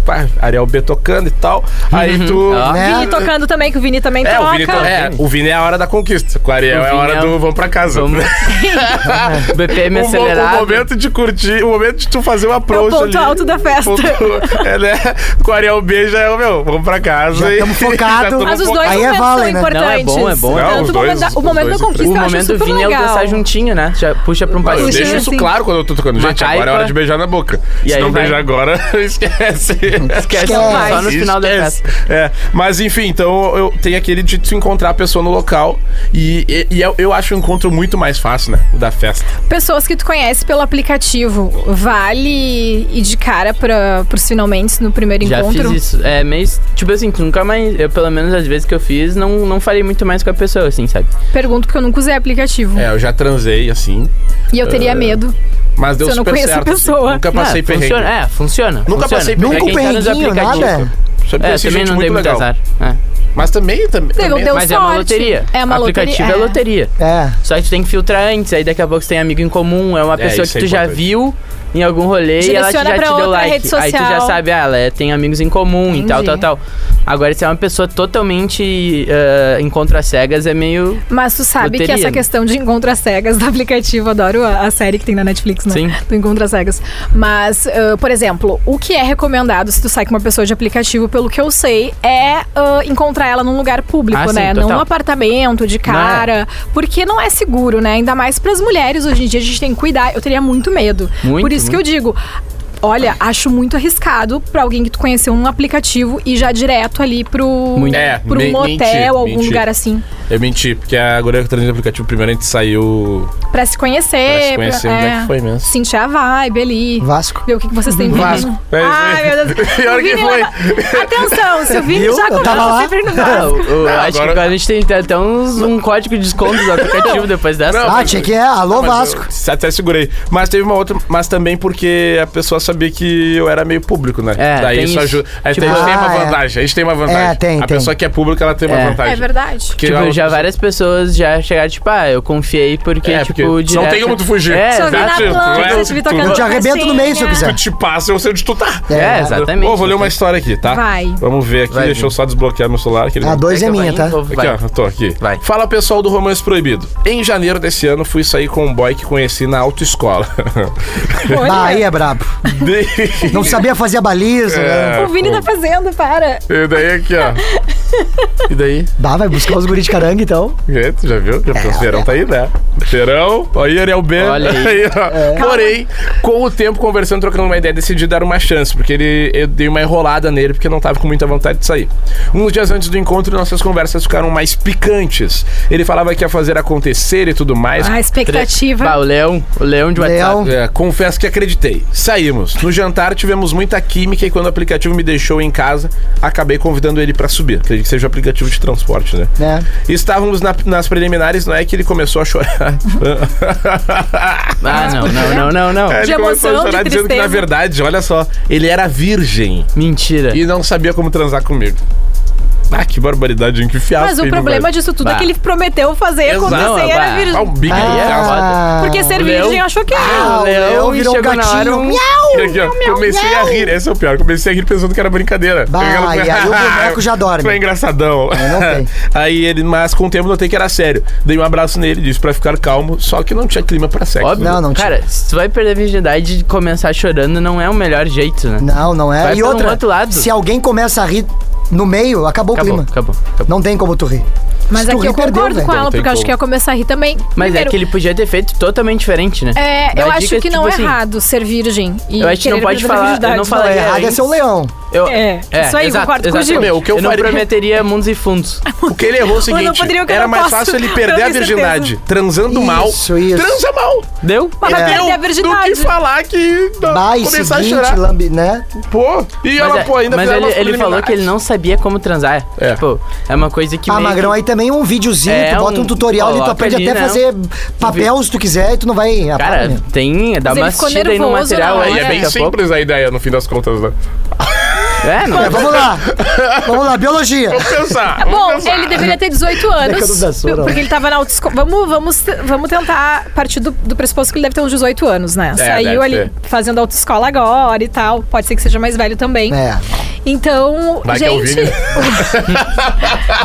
Speaker 2: Pá, Ariel B tocando e tal. Aí tu.
Speaker 3: Ó.
Speaker 4: Né?
Speaker 5: Vini tocando também, que o Vini também
Speaker 2: É,
Speaker 5: toca.
Speaker 2: o Vini, to- é, o Vini é a hora da conquista. Com o Ariel
Speaker 3: O
Speaker 2: é a
Speaker 3: Vini
Speaker 2: hora
Speaker 3: é
Speaker 2: do
Speaker 3: o-
Speaker 2: vamos pra casa.
Speaker 3: Vamos. o BPM
Speaker 2: O, mo-
Speaker 3: acelerado.
Speaker 2: o momento de curtir, o momento de tu fazer uma approach
Speaker 5: É ponto
Speaker 2: ali. Um
Speaker 5: alto da festa.
Speaker 2: Ponto- é, né? Com o Ariel B já é o meu, vamos pra casa.
Speaker 4: Já
Speaker 2: e-
Speaker 4: tamo focado.
Speaker 2: já tamo
Speaker 5: Mas os
Speaker 2: focado.
Speaker 5: dois
Speaker 4: Aí é
Speaker 5: momentos
Speaker 4: Valen,
Speaker 5: são
Speaker 4: né?
Speaker 3: Não, é
Speaker 5: importantes.
Speaker 3: bom, é bom.
Speaker 2: Não,
Speaker 5: Tanto
Speaker 2: os
Speaker 5: o momento,
Speaker 2: dois-
Speaker 5: da- o
Speaker 2: os
Speaker 5: momento
Speaker 2: dois
Speaker 5: da
Speaker 2: são
Speaker 5: conquista
Speaker 3: O
Speaker 5: eu acho
Speaker 3: momento
Speaker 5: super
Speaker 3: Vini é o
Speaker 5: legal.
Speaker 3: dançar juntinho, né? Já puxa pra um
Speaker 2: Mas eu
Speaker 5: Puxa,
Speaker 3: país.
Speaker 2: deixo isso
Speaker 5: assim.
Speaker 2: claro quando eu tô tocando. Gente,
Speaker 3: Uma
Speaker 2: agora é hora
Speaker 3: caipa.
Speaker 2: de beijar na boca.
Speaker 3: E
Speaker 2: Se
Speaker 3: aí
Speaker 2: não
Speaker 3: vai.
Speaker 2: beijar agora, esquece.
Speaker 3: Esquece,
Speaker 4: Esquece.
Speaker 3: só no final da
Speaker 2: Esquece.
Speaker 3: festa.
Speaker 2: É, mas enfim, então eu tenho aquele de tu encontrar a pessoa no local e, e- e eu, eu acho o encontro muito mais fácil, né? O da festa.
Speaker 5: Pessoas que tu conhece pelo aplicativo, vale e de cara para pros finalmente no primeiro
Speaker 3: Já
Speaker 5: encontro?
Speaker 3: fiz isso. É meio. Tipo assim, tu nunca mais. Eu, pelo menos as vezes que eu fiz, não, não falei muito mais com a pessoa, assim, sabe?
Speaker 5: Pergunto porque eu nunca usei aplicativo.
Speaker 2: É, eu já transei assim,
Speaker 5: E eu teria medo.
Speaker 2: mas deu
Speaker 5: Se eu não
Speaker 2: super
Speaker 5: conheço a
Speaker 2: certo. assim.
Speaker 5: pessoa.
Speaker 2: Nunca passei
Speaker 3: Ah,
Speaker 2: perrengue.
Speaker 3: Funciona, é, funciona.
Speaker 2: Nunca
Speaker 3: funciona.
Speaker 2: passei
Speaker 3: Pra
Speaker 2: perrengue.
Speaker 4: Nunca
Speaker 3: quem tá nos
Speaker 4: perrenguinho,
Speaker 3: aplicativos.
Speaker 5: né?
Speaker 4: nada.
Speaker 2: Sempre
Speaker 3: É,
Speaker 2: conheci
Speaker 3: também
Speaker 2: gente
Speaker 3: não dei muito
Speaker 2: legal.
Speaker 3: azar. é.
Speaker 2: Mas também, tam- também,
Speaker 5: Deu- deu-
Speaker 3: Mas é uma
Speaker 5: sorte.
Speaker 3: loteria.
Speaker 5: É uma
Speaker 3: aplicativo
Speaker 5: loteria,
Speaker 3: é
Speaker 5: é.
Speaker 3: loteria.
Speaker 4: É.
Speaker 3: Só que tu tem que filtrar antes, aí daqui a pouco você tem amigo em comum, é uma pessoa
Speaker 2: isso
Speaker 3: que
Speaker 2: é
Speaker 3: tu já
Speaker 2: importante.
Speaker 3: viu em algum rolê e ela te-
Speaker 5: Direciona
Speaker 3: já
Speaker 5: pra
Speaker 3: te deu
Speaker 5: outra
Speaker 3: like.
Speaker 5: rede
Speaker 3: Aí tu já
Speaker 5: social.
Speaker 3: sabe, ah, ela é- tem amigos em comum e tal, tal,
Speaker 5: Entendi.
Speaker 3: tal. Agora, se é uma pessoa totalmente eh, encontra cegas, é meio.
Speaker 5: Mas tu sabe
Speaker 3: Loteria,
Speaker 5: que essa
Speaker 3: né?
Speaker 5: questão de encontro às cegas do aplicativo, adoro a, a série que tem na Netflix, né?
Speaker 3: Sim.
Speaker 5: Do encontro às cegas. Mas, ah, por exemplo, o que é recomendado se tu sai com uma pessoa de aplicativo, pelo que eu sei, é ah, encontrar ela num lugar público,
Speaker 3: Ah, sim,
Speaker 5: né? não
Speaker 3: total. é?
Speaker 5: num apartamento, de cara. Porque não é seguro, né? Ainda mais pras mulheres hoje em dia, a gente tem que cuidar. Eu teria muito medo.
Speaker 3: Muito,
Speaker 5: por isso que
Speaker 3: muito.
Speaker 5: eu digo. Olha, acho muito arriscado pra alguém que tu conheceu num aplicativo e já direto ali pro,
Speaker 3: Muito.
Speaker 2: É,
Speaker 5: pro
Speaker 2: me-
Speaker 5: um hotel,
Speaker 2: mentir,
Speaker 5: algum
Speaker 2: mentir.
Speaker 5: lugar assim.
Speaker 2: é- Eu menti, porque a agora que eu transei no aplicativo primeiro a gente saiu
Speaker 5: Pra se
Speaker 2: pra se
Speaker 5: conhecer, pra
Speaker 2: conhecer onde é que foi mesmo.
Speaker 5: sentir a vibe ali.
Speaker 4: Vasco.
Speaker 5: Ver o que, que vocês têm vindo.
Speaker 2: Vasco. É,
Speaker 5: Ai,
Speaker 2: é.
Speaker 5: meu Deus.
Speaker 2: Pior
Speaker 5: O Vini
Speaker 2: que foi.
Speaker 5: leva- Atenção, se o Vini
Speaker 4: Viu?
Speaker 5: já
Speaker 4: Eu tava
Speaker 5: começa
Speaker 4: lá.
Speaker 5: sempre no
Speaker 3: Ah,
Speaker 5: Vasco.
Speaker 3: o- o-
Speaker 2: Não,
Speaker 3: acho
Speaker 2: agora-
Speaker 3: que agora a gente tem até uns, um código de desconto do aplicativo depois dessa.
Speaker 2: Não,
Speaker 4: Ah, tinha que é. Alô,
Speaker 2: Mas eu
Speaker 4: Vasco.
Speaker 2: até segurei. Mas teve uma outra. Mas também porque a pessoa sabia que eu era meio público, né?
Speaker 3: É,
Speaker 2: Daí
Speaker 3: tem
Speaker 2: isso
Speaker 3: isso.
Speaker 2: ajuda. Aí
Speaker 3: Tipo,
Speaker 2: tem, tem uma
Speaker 4: ah, é.
Speaker 2: vantagem. A gente tem uma vantagem.
Speaker 4: É, tem,
Speaker 2: a
Speaker 4: tem.
Speaker 2: pessoa que é pública, ela tem uma
Speaker 3: É.
Speaker 5: É
Speaker 2: vantagem.
Speaker 5: verdade.
Speaker 2: Porque
Speaker 3: Tipo,
Speaker 2: a-
Speaker 3: já várias pessoas já chegaram, tipo, ah, eu confiei porque,
Speaker 2: É,
Speaker 3: tipo,
Speaker 2: porque não
Speaker 3: direto-
Speaker 2: tem como tu fugir.
Speaker 3: É,
Speaker 5: Só
Speaker 3: exato.
Speaker 5: vi na
Speaker 2: Exato, tu é-
Speaker 5: planta, tive
Speaker 2: tu-
Speaker 5: tocando
Speaker 2: Eu
Speaker 4: te arrebento no meio se eu
Speaker 5: caixinha.
Speaker 2: Tu
Speaker 4: quiser.
Speaker 2: te passa, eu sei onde tu tá.
Speaker 3: É, exatamente.
Speaker 2: Ô, vou ler uma história aqui, tá?
Speaker 5: Vai.
Speaker 2: Vamos ver aqui.
Speaker 3: Vai,
Speaker 2: deixa eu
Speaker 3: gente.
Speaker 2: só desbloquear meu celular. Que ele
Speaker 4: A
Speaker 2: não-
Speaker 4: dois é minha, tá?
Speaker 3: Vai.
Speaker 2: Aqui, ó, eu tô aqui.
Speaker 3: Vai.
Speaker 2: Fala pessoal do Romance Proibido. Em janeiro desse ano, fui sair com um boy que conheci na autoescola.
Speaker 5: Olha,
Speaker 4: Bah, aí é brabo.
Speaker 2: Dei-
Speaker 4: Não sabia fazer a baliza, né?
Speaker 2: É,
Speaker 5: O Vini
Speaker 2: pô.
Speaker 5: tá fazendo, para.
Speaker 2: E daí aqui, ó. E daí?
Speaker 4: Bah, vai buscar os guris de caranga, então.
Speaker 2: É, tu já viu? Já pensou, o verão tá aí, né? Verão, aí Ariel B.
Speaker 3: Olha aí.
Speaker 2: ó. Porém, com o tempo conversando, trocando uma ideia, decidi dar uma chance, porque ele eu dei uma enrolada nele, porque eu não tava com muita vontade de sair. Uns dias antes do encontro, nossas conversas ficaram mais picantes. Ele falava que ia fazer acontecer e tudo mais.
Speaker 5: A
Speaker 3: Bah,
Speaker 5: expectativa.
Speaker 3: o Leão, o Leão de WhatsApp.
Speaker 4: Leão.
Speaker 2: É, confesso que acreditei. Saímos. No jantar tivemos muita química e quando o aplicativo me deixou em casa, acabei convidando ele pra subir. Acredito que seja o aplicativo de transporte, né?
Speaker 4: Né?
Speaker 2: Estávamos na- nas preliminares, não é que ele começou a chorar.
Speaker 3: Ah, não, não, não, não, não.
Speaker 2: É, ele
Speaker 5: De
Speaker 2: começou a
Speaker 5: emoção,
Speaker 2: chorar
Speaker 5: de
Speaker 2: dizendo que, na
Speaker 5: tristeza.
Speaker 2: verdade, olha só, ele era virgem
Speaker 3: Mentira.
Speaker 2: e não sabia como transar comigo. Ah, que barbaridade, hein? Que fiasco.
Speaker 5: Mas o
Speaker 2: hein,
Speaker 5: problema
Speaker 2: meu
Speaker 5: disso tudo é
Speaker 3: Bah.
Speaker 5: que ele prometeu fazer
Speaker 2: Exato.
Speaker 5: acontecer e
Speaker 3: Não,
Speaker 5: era
Speaker 3: bah.
Speaker 2: velho. Ah, um
Speaker 5: virgem.
Speaker 2: big
Speaker 3: Aí é
Speaker 2: fiasco.
Speaker 3: foda.
Speaker 5: Porque ser
Speaker 3: o Leão-
Speaker 5: virgem achou que
Speaker 4: Ah, o Leão virou um
Speaker 3: chegou na hora,
Speaker 4: gatinho.
Speaker 3: um-
Speaker 2: E aqui, ó, comecei a rir, esse é o pior. Comecei a rir pensando que era brincadeira.
Speaker 4: Bah,
Speaker 2: Aquela-
Speaker 4: e aí o boneco já dorme.
Speaker 2: Tu é engraçadão.
Speaker 4: não tem.
Speaker 2: aí ele, mas com o tempo notei que era sério. Dei um abraço nele, disse pra ficar calmo, só que não tinha clima pra sexo.
Speaker 3: Óbvio.
Speaker 4: Não, não tinha.
Speaker 3: Cara, se tu vai perder a virgindade e começar chorando, não é o melhor jeito, né?
Speaker 4: Não, não é.
Speaker 3: Vai
Speaker 4: e
Speaker 3: pelo
Speaker 4: outra,
Speaker 3: outro lado.
Speaker 4: se alguém começa a rir no meio,
Speaker 3: Acabou,
Speaker 4: acabou, o clima.
Speaker 3: acabou, acabou.
Speaker 4: Não tem como tu rir.
Speaker 5: Mas
Speaker 4: Se tu
Speaker 5: aqui eu
Speaker 4: rir, perdeu,
Speaker 5: concordo
Speaker 4: velho.
Speaker 5: com ela,
Speaker 2: Não tem
Speaker 5: porque eu acho
Speaker 2: como.
Speaker 5: que ia começar a rir também.
Speaker 3: Mas é
Speaker 5: Primeiro,
Speaker 3: que ele podia ter feito totalmente diferente, né?
Speaker 5: É,
Speaker 3: Dá
Speaker 5: eu
Speaker 3: dica,
Speaker 5: acho que
Speaker 3: tipo
Speaker 5: não é
Speaker 3: assim,
Speaker 5: errado ser virgem. E
Speaker 3: Eu acho que não
Speaker 5: querer
Speaker 3: pode
Speaker 5: perder a
Speaker 3: falar- eu
Speaker 5: virgindade.
Speaker 3: não falaria-
Speaker 4: O errado é ser o leão.
Speaker 3: Eu,
Speaker 5: É, isso aí, concordo com o Gil.
Speaker 2: Meu, o que eu
Speaker 3: não
Speaker 2: faria-
Speaker 3: prometeria mundos e fundos.
Speaker 2: O que ele errou é o
Speaker 5: Eu não
Speaker 2: seguinte:
Speaker 5: poderia, eu
Speaker 2: era
Speaker 5: não é
Speaker 2: mais
Speaker 5: posso.
Speaker 2: fácil ele
Speaker 5: Eu
Speaker 2: perder a
Speaker 5: tenho
Speaker 2: virgindade. Transando mal.
Speaker 4: Isso, isso.
Speaker 2: Transa mal.
Speaker 3: Deu?
Speaker 5: Mas vai perder a
Speaker 2: do
Speaker 5: virgindade.
Speaker 2: que falar que.
Speaker 4: Bah, e
Speaker 2: começar
Speaker 4: seguinte,
Speaker 2: a chorar.
Speaker 4: lambe, né?
Speaker 2: Pô, e
Speaker 3: Mas,
Speaker 2: ela,
Speaker 3: é-
Speaker 2: pô, ainda
Speaker 3: mas
Speaker 2: fizeram
Speaker 3: ele,
Speaker 2: umas
Speaker 3: ele falou que ele não sabia como transar.
Speaker 2: É.
Speaker 3: Tipo, é uma coisa que
Speaker 4: ah,
Speaker 3: meio
Speaker 4: magrão,
Speaker 3: que-
Speaker 4: aí também um videozinho,
Speaker 3: É,
Speaker 4: tu bota um
Speaker 3: um-
Speaker 4: tutorial ali, tu
Speaker 3: coloca
Speaker 4: aprende
Speaker 3: ali,
Speaker 4: até
Speaker 3: né?
Speaker 4: fazer papel se tu quiser e tu não vai... Ah, para,
Speaker 3: Cara,
Speaker 4: meu.
Speaker 3: tem... Dá
Speaker 5: Mas
Speaker 3: uma
Speaker 5: ele ficou
Speaker 3: assistida aí no
Speaker 5: nervoso
Speaker 3: material
Speaker 5: na
Speaker 2: E
Speaker 3: aí,
Speaker 5: hora.
Speaker 2: é bem
Speaker 3: né? daqui a pouco.
Speaker 2: simples a ideia, no fim das contas, né?
Speaker 3: É, não.
Speaker 4: É, vamos lá. vamos lá, biologia.
Speaker 2: Vamos pensar. vamos
Speaker 5: Tá Bom,
Speaker 2: pensar.
Speaker 5: ele deveria ter 18
Speaker 4: Década
Speaker 5: anos.
Speaker 4: da Sora,
Speaker 5: Porque
Speaker 4: ó.
Speaker 5: ele tava na autoescola. Vamos, vamos, vamos tentar partir do, do pressuposto que ele deve ter uns 18 anos, né?
Speaker 2: É, deve
Speaker 5: Saiu ali
Speaker 2: ter.
Speaker 5: fazendo autoescola agora e tal. Pode ser que seja mais velho também.
Speaker 4: É,
Speaker 5: Então,
Speaker 2: Vai que é o
Speaker 5: gente.
Speaker 2: Vini. né?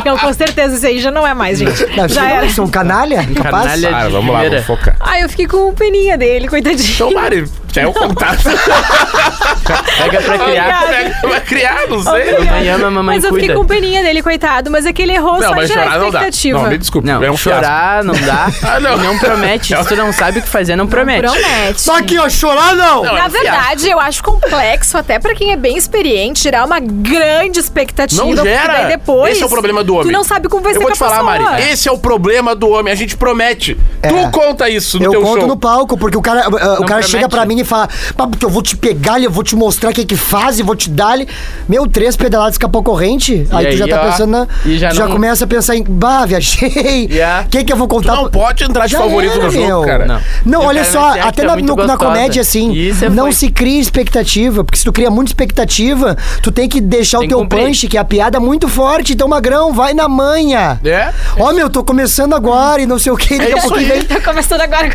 Speaker 5: Não, com certeza, isso aí já não é mais, gente.
Speaker 4: Não,
Speaker 5: já era.
Speaker 4: sou um canalha? Capaz?
Speaker 3: Canalha. é
Speaker 2: Cara, Ah, vamos lá,
Speaker 3: Primeira.
Speaker 2: vamos focar.
Speaker 5: Ai, eu fiquei com peninha dele, coitadinho.
Speaker 2: Então, Mari, Já é o contato.
Speaker 3: Pega pra criar.
Speaker 2: Pega, é? vai criar, não sei.
Speaker 5: Obrigada.
Speaker 3: Mamãe ama, mamãe
Speaker 5: mas eu
Speaker 3: cuida.
Speaker 5: fiquei com peninha dele, coitado. Mas é que ele errou
Speaker 2: Não,
Speaker 5: só em
Speaker 2: mas
Speaker 5: gerar
Speaker 2: chorar não dá.
Speaker 5: expectativa.
Speaker 2: Não, me desculpe.
Speaker 3: Não,
Speaker 2: é um chorar.
Speaker 3: chorar não dá.
Speaker 2: Ah, não.
Speaker 3: não. promete. Se tu não sabe o que fazer, não promete.
Speaker 5: Promete.
Speaker 4: Só que, ó, chorar não!
Speaker 2: Não,
Speaker 5: Na
Speaker 2: é um fiasco.
Speaker 5: verdade, eu acho complexo, até pra quem é bem experiente, gerar uma grande expectativa.
Speaker 2: Não gera.
Speaker 5: porque daí depois,
Speaker 2: Esse é o problema do homem.
Speaker 5: Tu não sabe como vai
Speaker 2: Eu
Speaker 5: ser
Speaker 3: tá
Speaker 2: vou
Speaker 5: com
Speaker 2: te
Speaker 5: a
Speaker 2: falar,
Speaker 5: pessoa.
Speaker 2: Mari. Esse é o problema do homem. A gente promete. Tu conta isso no
Speaker 4: É. Eu
Speaker 2: teu
Speaker 4: conto
Speaker 2: show.
Speaker 4: no palco, porque o cara, uh, uh, o cara
Speaker 3: promete. né?
Speaker 4: chega pra mim e fala, "Pá, porque eu vou te pegar, eu vou te mostrar o que que faz, eu vou te dar ali. Meu, três pedaladas escapou corrente, aí, tu
Speaker 3: aí,
Speaker 4: já tá
Speaker 3: ó,
Speaker 4: pensando na.
Speaker 3: e já
Speaker 4: tu já
Speaker 3: não-
Speaker 4: começa a pensar em, bah, viajei. O
Speaker 3: Yeah.
Speaker 4: que que eu vou
Speaker 2: Tu
Speaker 4: contar?
Speaker 2: não
Speaker 4: pro-"
Speaker 2: pode entrar de
Speaker 4: Já
Speaker 2: favorito
Speaker 4: era,
Speaker 2: no jogo,
Speaker 4: meu.
Speaker 2: cara.
Speaker 3: Não.
Speaker 4: Não,
Speaker 3: Eu
Speaker 4: olha
Speaker 3: quero
Speaker 4: só,
Speaker 3: dizer que
Speaker 4: até
Speaker 3: tá
Speaker 4: na,
Speaker 3: muito
Speaker 4: no- na
Speaker 3: gostosa.
Speaker 4: comédia, assim,
Speaker 3: Isso é
Speaker 4: não
Speaker 3: foi.
Speaker 4: se cria expectativa, porque se tu cria muita expectativa, tu tem que
Speaker 3: Tem
Speaker 4: deixar o
Speaker 3: que
Speaker 4: teu
Speaker 3: cumprir.
Speaker 4: punch, que é a piada é muito forte, então, magrão, vai na manha.
Speaker 2: É?
Speaker 4: Ó, meu, tô começando agora e não sei o que, daqui a
Speaker 2: isso
Speaker 4: pouquinho
Speaker 2: aí.
Speaker 4: vem.
Speaker 5: Tá começando agora.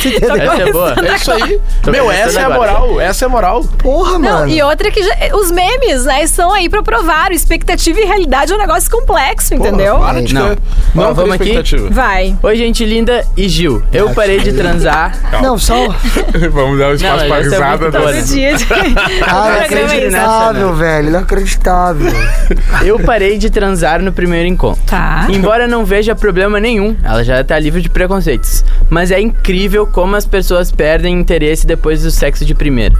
Speaker 4: Tu entendeu?
Speaker 3: Essa é boa.
Speaker 2: É isso aí.
Speaker 3: Tô
Speaker 2: Meu,
Speaker 3: pensando
Speaker 2: essa é a
Speaker 3: agora.
Speaker 2: moral. Essa é a moral.
Speaker 4: Porra,
Speaker 5: Não,
Speaker 4: mano.
Speaker 5: e outra é que já- os memes, né, estão aí pra provar. Expectativa e realidade é um negócio complexo, entendeu?
Speaker 2: Para de
Speaker 3: Não.
Speaker 2: ter-
Speaker 3: Ó,
Speaker 2: é Não,
Speaker 3: vamos
Speaker 2: cria
Speaker 3: aqui?
Speaker 2: expectativa.
Speaker 5: Vai.
Speaker 3: Oi, gente linda e Gil. Eu parei de transar.
Speaker 4: Não, só.
Speaker 2: Vamos dar um
Speaker 3: Não,
Speaker 2: espaço
Speaker 3: essa
Speaker 2: pra
Speaker 3: é muito
Speaker 2: risada.
Speaker 3: boa,
Speaker 5: Todo
Speaker 2: né?
Speaker 3: né?
Speaker 5: dia de...
Speaker 4: Cara,
Speaker 5: programa é isso.
Speaker 4: Ah, inacreditável, velho. é Inacreditável.
Speaker 3: Eu parei de transar no primeiro encontro.
Speaker 5: Tá.
Speaker 3: Embora não veja problema nenhum, ela já tá livre de preconceitos. Mas é incrível como as pessoas perdem interesse depois do sexo de primeiro.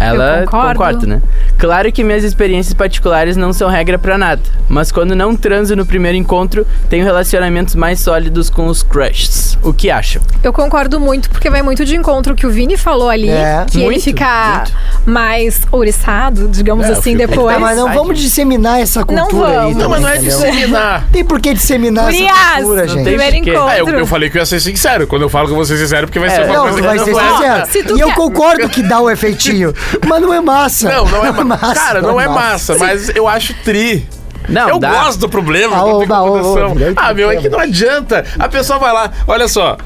Speaker 3: Ela
Speaker 5: Eu concordo.
Speaker 3: concorda, né? Claro que minhas experiências particulares não são regra pra nada, mas quando não transo no primeiro encontro, tenho relacionamentos mais sólidos com os crushes. O que acham?
Speaker 5: Eu concordo muito, porque vai muito de encontro ao que o Vini falou ali.
Speaker 4: É.
Speaker 5: que ele
Speaker 3: Muito,
Speaker 5: fica
Speaker 3: muito.
Speaker 5: mais ouriçado, digamos
Speaker 2: É, eu
Speaker 5: assim,
Speaker 2: fico-
Speaker 5: depois.
Speaker 4: Tá, mas não
Speaker 3: Ai,
Speaker 4: vamos disseminar essa cultura aí.
Speaker 5: vamos.
Speaker 4: também,
Speaker 2: Não, mas não é
Speaker 4: entendeu?
Speaker 2: disseminar.
Speaker 4: Tem por que disseminar essa
Speaker 5: Gurias,
Speaker 4: cultura,
Speaker 5: no
Speaker 4: gente.
Speaker 5: primeiro
Speaker 3: Gente, que-
Speaker 5: encontro.
Speaker 2: Ah, eu, eu falei que eu ia ser sincero. Quando eu falo que eu vou ser sincero, porque vai
Speaker 3: É,
Speaker 2: ser uma
Speaker 4: Não,
Speaker 2: coisa
Speaker 4: tu
Speaker 2: que
Speaker 4: vai
Speaker 2: não
Speaker 4: ser
Speaker 2: vai-
Speaker 5: Ó, se
Speaker 4: sincero.
Speaker 5: tu
Speaker 4: E eu
Speaker 5: quer-
Speaker 4: concordo que dá o efeitinho. Mas não é massa.
Speaker 2: Não, não é massa. Cara, não é massa,
Speaker 4: Sim.
Speaker 2: mas eu acho tri.
Speaker 3: Não,
Speaker 2: eu
Speaker 3: dá.
Speaker 2: gosto do problema,
Speaker 4: Ah,
Speaker 2: não tem
Speaker 4: oba, oba,
Speaker 2: condição.
Speaker 4: oba, direito
Speaker 2: Ah,
Speaker 4: do
Speaker 2: meu, é que
Speaker 4: tema.
Speaker 2: não adianta. A pessoa vai lá, olha só.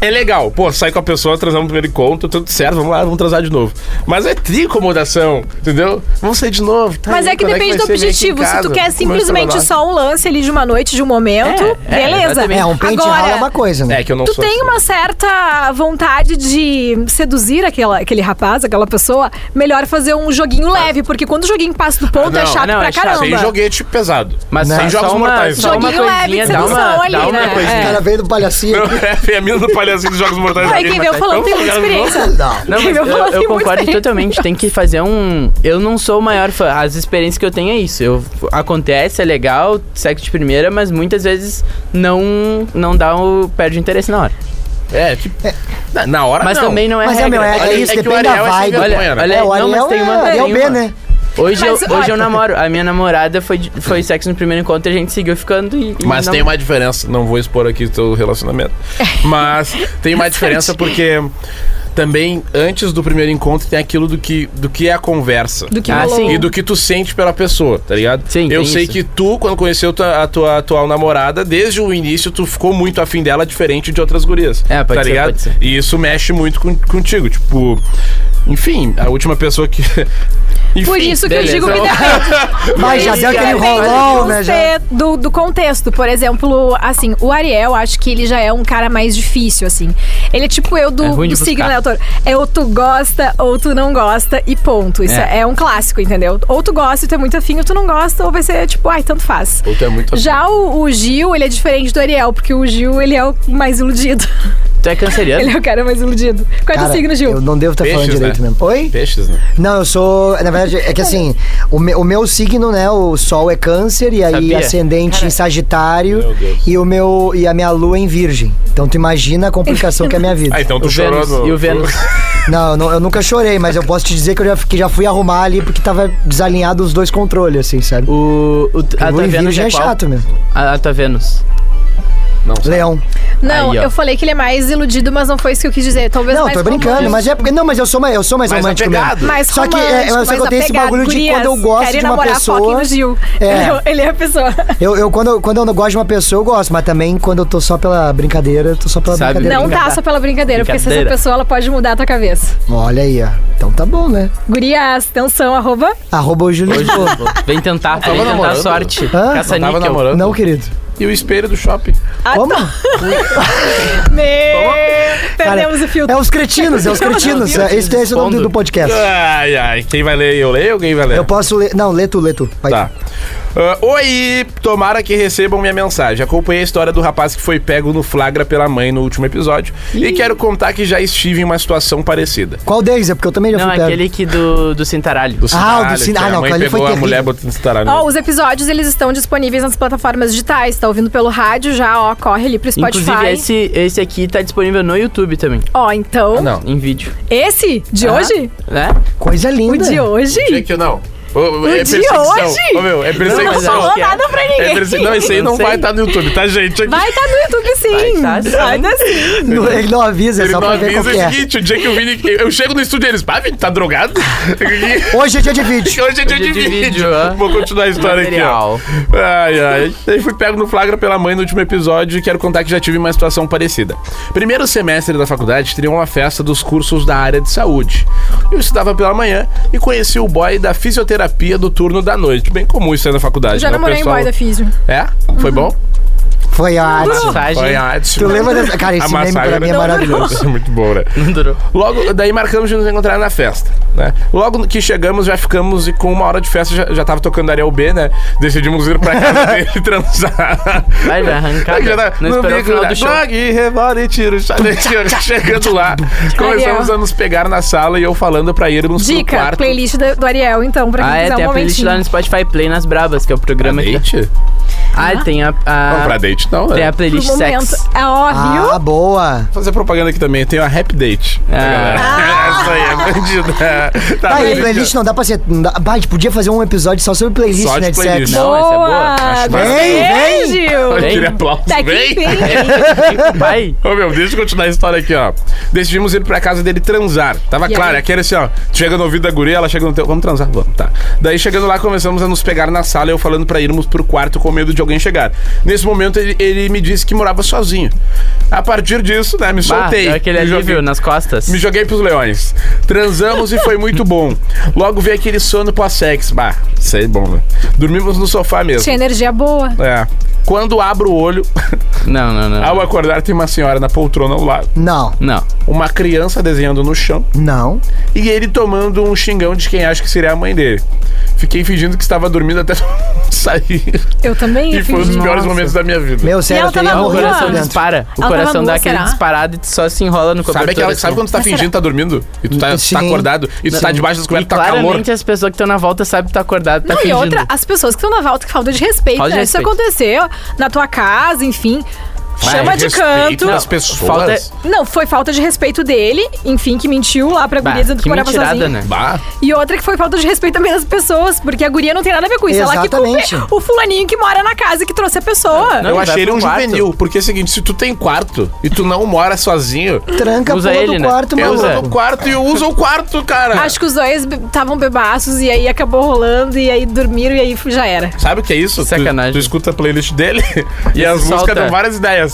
Speaker 2: É legal, pô, sai com a pessoa, transar no primeiro encontro, tudo certo, vamos lá, vamos transar de novo. Mas é tri incomodação, entendeu? Vamos sair de novo. tá
Speaker 5: Mas
Speaker 2: aí,
Speaker 5: é que
Speaker 2: quando
Speaker 5: depende
Speaker 2: vai
Speaker 5: do
Speaker 2: ser? Vem aqui em
Speaker 5: objetivo. Se
Speaker 2: casa,
Speaker 5: tu quer
Speaker 2: vamos
Speaker 5: simplesmente
Speaker 2: trabalhar.
Speaker 5: só um lance ali de uma noite, de um momento,
Speaker 3: É, é,
Speaker 5: beleza.
Speaker 3: exatamente.
Speaker 4: É, um pente rala é uma coisa, né?
Speaker 2: É que eu não
Speaker 5: Tu
Speaker 2: sou
Speaker 5: tem
Speaker 2: assim.
Speaker 5: uma certa vontade de seduzir aquela, aquele rapaz, aquela pessoa, melhor fazer um joguinho leve, porque quando o joguinho passa do ponto
Speaker 2: Ah,
Speaker 5: é
Speaker 2: não,
Speaker 5: chato
Speaker 3: Tá. não,
Speaker 5: pra
Speaker 3: é chato.
Speaker 5: caramba.
Speaker 2: Sem joguete pesado.
Speaker 3: Mas
Speaker 2: Sem
Speaker 3: só,
Speaker 2: jogos
Speaker 3: só uma,
Speaker 2: mortais.
Speaker 3: só uma
Speaker 5: Joguinho leve de
Speaker 3: coisinha, dá
Speaker 5: sedução
Speaker 3: uma,
Speaker 5: ali,
Speaker 3: dá uma
Speaker 5: né?
Speaker 4: O
Speaker 3: coisinha.
Speaker 4: cara veio do palhacinho.
Speaker 2: Não, é, a mina do palhacinho dos jogos mortais.
Speaker 5: Ai, quem
Speaker 3: então,
Speaker 5: veio falando tem muita experiência.
Speaker 4: Não.
Speaker 2: é
Speaker 3: Não, mas eu,
Speaker 5: Eu falo
Speaker 3: eu
Speaker 5: assim, muito
Speaker 3: concordo
Speaker 5: bem.
Speaker 3: totalmente. Tem que fazer um. Eu não sou o maior fã. As experiências que eu tenho é isso. Eu, acontece, é legal, sexo de primeira, mas muitas vezes não, não dá o. perde o interesse na hora.
Speaker 2: É, tipo, na, na hora
Speaker 3: Mas
Speaker 2: não.
Speaker 3: também não é
Speaker 4: Mas é,
Speaker 3: regra.
Speaker 4: meu, é,
Speaker 2: Olha,
Speaker 4: é isso,
Speaker 2: é que o
Speaker 4: depende da
Speaker 2: Ariel é sem
Speaker 4: vibe.
Speaker 2: vergonha.
Speaker 3: Olha,
Speaker 2: Era.
Speaker 3: olha,
Speaker 4: É, o
Speaker 3: não, mas
Speaker 4: Ariel
Speaker 3: tem uma.
Speaker 4: é,
Speaker 3: tem
Speaker 4: Ariel B,
Speaker 3: uma.
Speaker 4: né?
Speaker 3: Hoje, eu,
Speaker 5: Mas, olha-
Speaker 3: hoje eu namoro. A minha namorada foi, de- foi sexo no primeiro encontro e a gente seguiu ficando e. e
Speaker 2: Mas
Speaker 3: não-
Speaker 2: tem uma diferença, não vou expor aqui o teu relacionamento. Mas tem uma diferença porque também antes do primeiro encontro tem aquilo do que, do que é a conversa.
Speaker 5: Do que
Speaker 3: Ah,
Speaker 5: rolou.
Speaker 3: sim.
Speaker 2: E do que tu sente pela pessoa, tá ligado?
Speaker 3: Sim,
Speaker 2: Eu
Speaker 3: tem
Speaker 2: sei
Speaker 3: isso.
Speaker 2: que tu, quando conheceu tua- a tua atual namorada, desde o início tu ficou muito afim dela, diferente de outras gurias.
Speaker 3: É, pode
Speaker 2: tá
Speaker 3: ser,
Speaker 2: ligado?
Speaker 3: pode ser.
Speaker 2: E isso mexe muito com- contigo. Tipo, enfim, a última pessoa que.
Speaker 5: Por
Speaker 2: Enfim,
Speaker 5: isso que
Speaker 3: beleza.
Speaker 5: eu digo que depende.
Speaker 4: Mas já
Speaker 5: Isso
Speaker 4: deu aquele
Speaker 5: depende
Speaker 4: rolão,
Speaker 5: do
Speaker 4: né? Já.
Speaker 5: conte- Do, do contexto. Por exemplo, assim, o Ariel, acho que ele já é um cara mais difícil, assim. Ele é tipo eu do,
Speaker 3: É ruim
Speaker 5: do
Speaker 3: de
Speaker 5: signo,
Speaker 3: buscar.
Speaker 5: né, autor? É ou tu gosta ou tu não gosta e ponto. Isso
Speaker 3: É.
Speaker 5: é, é um clássico, entendeu? Ou tu gosta e tu é muito afim, ou tu não gosta, ou vai ser tipo, ai, tanto faz.
Speaker 3: tá
Speaker 2: Ou tu é muito afim.
Speaker 5: Já o, o Gil, ele é diferente do Ariel, porque o Gil, ele é o mais iludido.
Speaker 3: Tu é canceriano?
Speaker 5: Ele é o cara mais iludido. Qual é o
Speaker 4: Cara,
Speaker 5: signo, Gil?
Speaker 4: eu não devo estar falando
Speaker 2: Peixes,
Speaker 4: direito
Speaker 2: né?
Speaker 4: mesmo. Oi?
Speaker 2: Peixes, né?
Speaker 4: Não, eu sou. Na verdade, é que assim, o, me- o meu signo, né? O sol é câncer, e aí
Speaker 3: Sabia.
Speaker 4: ascendente em Sagitário
Speaker 2: Meu Deus.
Speaker 4: e o meu e a minha lua em virgem. Então tu imagina a complicação que é a minha vida.
Speaker 2: Ah, então tu
Speaker 3: o
Speaker 2: chorou
Speaker 3: Vênus.
Speaker 2: no-
Speaker 3: E o Vênus.
Speaker 4: Não, eu não- eu nunca chorei, mas eu posso te dizer que eu já, que já fui arrumar ali porque tava desalinhado os dois controles, assim,
Speaker 3: Ah,
Speaker 4: sabe?
Speaker 3: O, o, a
Speaker 4: lua
Speaker 3: tua
Speaker 4: em
Speaker 3: Vênus
Speaker 4: virgem
Speaker 3: é
Speaker 4: é
Speaker 3: qual?
Speaker 4: chato mesmo.
Speaker 3: A, a tua Vênus.
Speaker 4: Leão.
Speaker 5: Não,
Speaker 3: Aí, ó.
Speaker 5: eu falei que ele é mais iludido, mas não foi isso que eu quis dizer. Talvez
Speaker 4: Não,
Speaker 5: mais
Speaker 4: tô brincando,
Speaker 5: romântico.
Speaker 4: mas é porque. Não, mas é eu sou mais, eu sou mais,
Speaker 2: Mais
Speaker 4: romântico
Speaker 2: apegado.
Speaker 4: mesmo.
Speaker 5: mais
Speaker 4: Só que, é,
Speaker 5: romântico,
Speaker 4: eu- só que eu
Speaker 5: mais
Speaker 4: tenho esse
Speaker 5: apegado.
Speaker 4: bagulho de
Speaker 5: Gurias,
Speaker 4: quando eu gosto
Speaker 5: querem
Speaker 4: de uma
Speaker 5: namorar,
Speaker 4: pessoa-
Speaker 5: foquem no Gil.
Speaker 4: É.
Speaker 5: Ele, ele é a pessoa.
Speaker 4: Eu, eu, quando, eu- quando eu não gosto de uma pessoa, eu gosto, mas também quando eu tô só pela brincadeira, eu tô só pela
Speaker 3: Sabe?
Speaker 4: brincadeira.
Speaker 5: Não tá só pela brincadeira, porque se essa
Speaker 3: Brincadeira.
Speaker 5: pessoa ela pode mudar a tua cabeça.
Speaker 4: Olha aí, ó. Então tá bom, né?
Speaker 5: Gurias, atenção, arroba.
Speaker 4: Arroba o Júlio
Speaker 3: Hoje,
Speaker 4: Lisboa.
Speaker 2: tá
Speaker 3: vem tentar, vem tentar
Speaker 2: namorando?
Speaker 3: a sorte.
Speaker 4: Hã?
Speaker 3: Caça
Speaker 2: Tava
Speaker 3: níquel.
Speaker 2: namorando.
Speaker 4: Não, querido.
Speaker 2: E o espelho do shopping.
Speaker 5: Ah,
Speaker 4: Como?
Speaker 5: tá. Meu, perdemos o filtro.
Speaker 4: É os cretinos, é os cretinos.
Speaker 3: Meu
Speaker 4: é,
Speaker 3: Deus,
Speaker 4: esse esse é o nome do,
Speaker 3: respondo.
Speaker 4: do podcast.
Speaker 2: Ai, ai. Quem vai ler? Eu leio ou quem vai ler?
Speaker 4: Eu posso ler. Não, lê tu, lê tu. Vai.
Speaker 2: Tá. Ah, Oi, tomara que recebam minha mensagem. Acompanhei a história do rapaz que foi pego no flagra pela mãe no último episódio. E quero contar que já estive em uma situação parecida.
Speaker 4: Qual deles? É porque eu também já
Speaker 3: Não,
Speaker 4: fui pego.
Speaker 3: aquele que do, do Cintaralho.
Speaker 2: Do
Speaker 4: Ah, o
Speaker 2: Cintaralho,
Speaker 4: do Cin-
Speaker 2: que
Speaker 4: ah,
Speaker 2: a
Speaker 4: não,
Speaker 2: mãe
Speaker 4: aquele
Speaker 2: pegou
Speaker 4: foi
Speaker 2: a
Speaker 4: terrível.
Speaker 2: mulher botando cintaralho.
Speaker 5: Ó, os episódios eles estão disponíveis nas plataformas digitais. Tá ouvindo pelo rádio já, ó, corre ali pro Spotify.
Speaker 3: Inclusive, esse, Ah, esse aqui tá disponível no YouTube também,
Speaker 5: Ó, então,
Speaker 2: Não. Ah.
Speaker 3: em vídeo.
Speaker 5: esse de
Speaker 3: Aham.
Speaker 5: hoje?
Speaker 3: Né?
Speaker 4: Coisa
Speaker 5: O
Speaker 4: linda.
Speaker 5: de hoje?
Speaker 2: Dia que eu não. Ô, ô, é
Speaker 5: de
Speaker 2: perseguição.
Speaker 5: hoje?
Speaker 2: Ô, meu, é
Speaker 5: Tu não
Speaker 3: mas
Speaker 2: perseguição.
Speaker 3: eu
Speaker 5: falou
Speaker 3: acho que é.
Speaker 5: nada pra
Speaker 2: é
Speaker 5: ninguém.
Speaker 2: perseguição. Não, esse aí
Speaker 3: Não
Speaker 2: não,
Speaker 3: sei.
Speaker 2: vai estar no YouTube, tá, gente? Aqui.
Speaker 5: Vai tá no YouTube
Speaker 3: Vai
Speaker 5: sim.
Speaker 3: tá, sim.
Speaker 5: Vai tá sim.
Speaker 4: No- ele não avisa, é
Speaker 2: Ele
Speaker 4: só
Speaker 2: não
Speaker 4: pra ver
Speaker 2: avisa
Speaker 4: qual que
Speaker 2: o
Speaker 4: é.
Speaker 2: seguinte, o dia que o Vini... Eu eu chego no estúdio e eles... Pá, Vini, tá drogado?
Speaker 4: Hoje é dia de vídeo.
Speaker 2: Hoje é dia de,
Speaker 3: Hoje é de
Speaker 2: vídeo.
Speaker 3: vídeo, hã?
Speaker 2: Vou continuar a história aqui, ó.
Speaker 3: Material.
Speaker 2: Ai, ai. Aí fui pego no flagra pela mãe no último episódio e quero contar que já tive uma situação parecida. Primeiro semestre da faculdade teria uma festa dos cursos da área de saúde. Eu estudava pela manhã e conheci o boy da fisioterapia do turno da noite. Bem comum isso aí na faculdade,
Speaker 5: Já
Speaker 2: né? O
Speaker 5: namorei um
Speaker 2: pessoal-
Speaker 5: boy da Uhum. Físio.
Speaker 2: É? Foi bom?
Speaker 4: Foi a arte.
Speaker 3: Massagem.
Speaker 2: Foi ótimo.
Speaker 4: Tu lembra dessa. Cara, esse meme pra
Speaker 2: massagem
Speaker 4: mim é
Speaker 2: era-
Speaker 4: maravilhoso.
Speaker 2: Isso é muito bom, né?
Speaker 3: Não durou.
Speaker 2: Logo, daí marcamos de nos encontrar na festa, né? Logo que chegamos, já ficamos e com uma hora de festa já, já tava tocando Ariel B, né? Decidimos ir pra casa dele e transar.
Speaker 3: Vai, vai arrancar. né?
Speaker 2: Já tava-
Speaker 3: Não
Speaker 2: no
Speaker 3: esperou o
Speaker 2: bico
Speaker 3: final
Speaker 2: da
Speaker 3: do show.
Speaker 2: Blog, rebola e tiro. Chegando lá, começamos
Speaker 5: Ariel.
Speaker 2: a nos pegar na sala e eu falando pra irmos
Speaker 5: Dica,
Speaker 2: pro quarto.
Speaker 5: playlist do, do Ariel, então, pra quem
Speaker 3: Ah, é,
Speaker 5: quiser
Speaker 3: tem
Speaker 5: um
Speaker 3: a playlist
Speaker 5: momentinho.
Speaker 3: lá no Spotify Play nas Brabas, que é o
Speaker 2: Pra
Speaker 3: programa que.
Speaker 2: date?
Speaker 3: Ah, tem a. a-
Speaker 2: Não, pra date não,
Speaker 3: tem
Speaker 2: né?
Speaker 3: a
Speaker 5: Pro
Speaker 3: playlist
Speaker 5: momento.
Speaker 3: Sex.
Speaker 5: É ó, viu?
Speaker 4: Ah, boa.
Speaker 2: Fazer propaganda aqui também, tem a Happy Date.
Speaker 3: Ah.
Speaker 2: Essa aí é bandida.
Speaker 4: Tá, e
Speaker 2: bandida.
Speaker 4: playlist não dá pra ser. Não dá, bah, a gente podia fazer um episódio só sobre playlist,
Speaker 2: Só de
Speaker 4: né? De
Speaker 2: playlist.
Speaker 4: sexo.
Speaker 2: Não,
Speaker 3: essa é boa.
Speaker 5: Boa!
Speaker 2: Acho massa.
Speaker 4: Vem, vem.
Speaker 5: Gil.
Speaker 2: Eu
Speaker 3: Vem.
Speaker 2: queria aplauso.
Speaker 5: Tá aqui,
Speaker 2: Vem.
Speaker 5: vem.
Speaker 3: Vai.
Speaker 2: Ô meu, deixa eu continuar a história aqui, ó. Decidimos ir pra casa dele transar. Tava
Speaker 5: E
Speaker 2: claro,
Speaker 5: aí?
Speaker 2: aqui era assim, ó. Chega no ouvido da guria, ela chega no teu. Vamos transar, vamos, tá. Daí chegando lá, começamos a nos pegar na sala, eu falando pra irmos pro quarto com medo de alguém chegar. Nesse momento, ele, ele me disse que morava sozinho. A partir disso, né, me
Speaker 3: Bah,
Speaker 2: soltei.
Speaker 3: deu aquele
Speaker 2: me joguei-
Speaker 3: alívio né? nas costas.
Speaker 2: me joguei pros leões. Transamos e foi muito bom. Logo veio aquele sono pós-sex. Bah, isso aí é bom, né? Dormimos no sofá mesmo.
Speaker 5: Tinha energia boa.
Speaker 2: É. Quando abro o olho,
Speaker 3: Não, não, não.
Speaker 2: ao acordar, tem uma senhora na poltrona ao lado,
Speaker 4: Não,
Speaker 3: Não.
Speaker 5: Tá
Speaker 2: uma criança desenhando no chão
Speaker 4: não.
Speaker 2: e ele tomando um xingão de quem acha que seria a mãe dele. Fiquei fingindo que estava dormindo até sair.
Speaker 5: Eu também.
Speaker 2: E
Speaker 5: eu
Speaker 2: foi um
Speaker 5: fingi.
Speaker 2: dos piores
Speaker 3: Nossa.
Speaker 2: momentos da minha vida.
Speaker 4: Meu, sério,
Speaker 5: ela tá
Speaker 4: eu tô
Speaker 5: tava
Speaker 4: ia
Speaker 5: nua?
Speaker 3: O
Speaker 4: morrer
Speaker 3: coração
Speaker 4: aqui dentro.
Speaker 3: dispara. O
Speaker 5: Ela tava
Speaker 3: coração dá
Speaker 5: nua,
Speaker 3: aquele
Speaker 5: tá será?
Speaker 3: disparado e tu só se enrola no cobertor.
Speaker 2: Tá Sabe, aquela,
Speaker 3: assim.
Speaker 2: sabe quando tu tá fingindo que tá dormindo? E tu tá,
Speaker 4: Sim.
Speaker 2: tá acordado e tu tá
Speaker 4: Sim.
Speaker 2: debaixo das
Speaker 3: E
Speaker 2: cobertas, tá calor.
Speaker 3: claramente as pessoas que estão na volta sabem que tá acordado, tá
Speaker 5: Não, e
Speaker 3: fingindo.
Speaker 5: outra, as pessoas que estão na volta, que falta de respeito,
Speaker 3: Falta de
Speaker 5: né? Isso
Speaker 3: respeito.
Speaker 5: aconteceu na tua casa, enfim.
Speaker 2: Vai,
Speaker 5: Chama de
Speaker 2: respeito
Speaker 5: canto.
Speaker 2: das
Speaker 3: Não,
Speaker 2: pessoas.
Speaker 3: falta-
Speaker 5: Não, foi falta de respeito dele, enfim, que mentiu lá pra
Speaker 3: Bah,
Speaker 5: guria dizendo que
Speaker 3: que
Speaker 5: morava
Speaker 3: mentirada,
Speaker 5: sozinha.
Speaker 3: né?
Speaker 2: Bah.
Speaker 5: E outra que foi falta de respeito também das pessoas, porque a guria não tem nada a ver com isso. Ela que
Speaker 4: Exatamente.
Speaker 5: culpa o fulaninho que mora na casa que trouxe a pessoa.
Speaker 3: Não,
Speaker 2: eu
Speaker 3: vai
Speaker 2: achei ele
Speaker 3: pro
Speaker 2: um
Speaker 3: quarto.
Speaker 2: juvenil, porque é o seguinte, se tu tem quarto e tu não mora sozinho,
Speaker 4: Tranca a
Speaker 3: Usa
Speaker 4: porra
Speaker 3: ele,
Speaker 4: do
Speaker 3: né?
Speaker 4: quarto,
Speaker 2: eu
Speaker 4: maluco.
Speaker 3: Usa.
Speaker 2: uso o quarto e eu uso o quarto, cara.
Speaker 5: é. Acho que os dois be- estavam bebaços e aí acabou rolando e aí dormiram e aí fu- já era.
Speaker 2: Sabe o que é isso? Tu-
Speaker 3: Sacanagem.
Speaker 2: Tu, escuta a playlist dele e
Speaker 3: E
Speaker 2: as
Speaker 3: se
Speaker 2: músicas
Speaker 3: solta.
Speaker 2: dão várias ideias.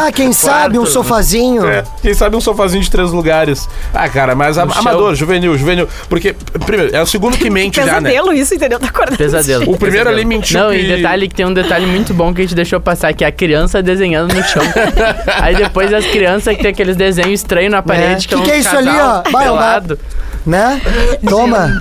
Speaker 4: Ah, quem sabe um
Speaker 3: Quarto.
Speaker 4: sofazinho.
Speaker 2: É, Quem sabe um sofazinho de três lugares. Ah, cara, mas am-
Speaker 3: No
Speaker 2: amador,
Speaker 3: Hum. Um chão.
Speaker 2: juvenil, juvenil. Porque, primeiro, é o segundo que mente já, né?
Speaker 5: Pesadelo isso, entendeu? Tá acordando.
Speaker 3: Pesadelo.
Speaker 2: O primeiro
Speaker 3: Pesadelo.
Speaker 2: ali mentiu
Speaker 3: Não,
Speaker 2: que-
Speaker 3: e detalhe que tem um detalhe muito bom que a gente deixou passar, que é a criança desenhando no chão. Aí depois as crianças que tem aqueles desenhos estranhos na parede. um
Speaker 4: Que que é isso ali, ó? Vai, vai.
Speaker 3: lado.
Speaker 4: Né? Toma.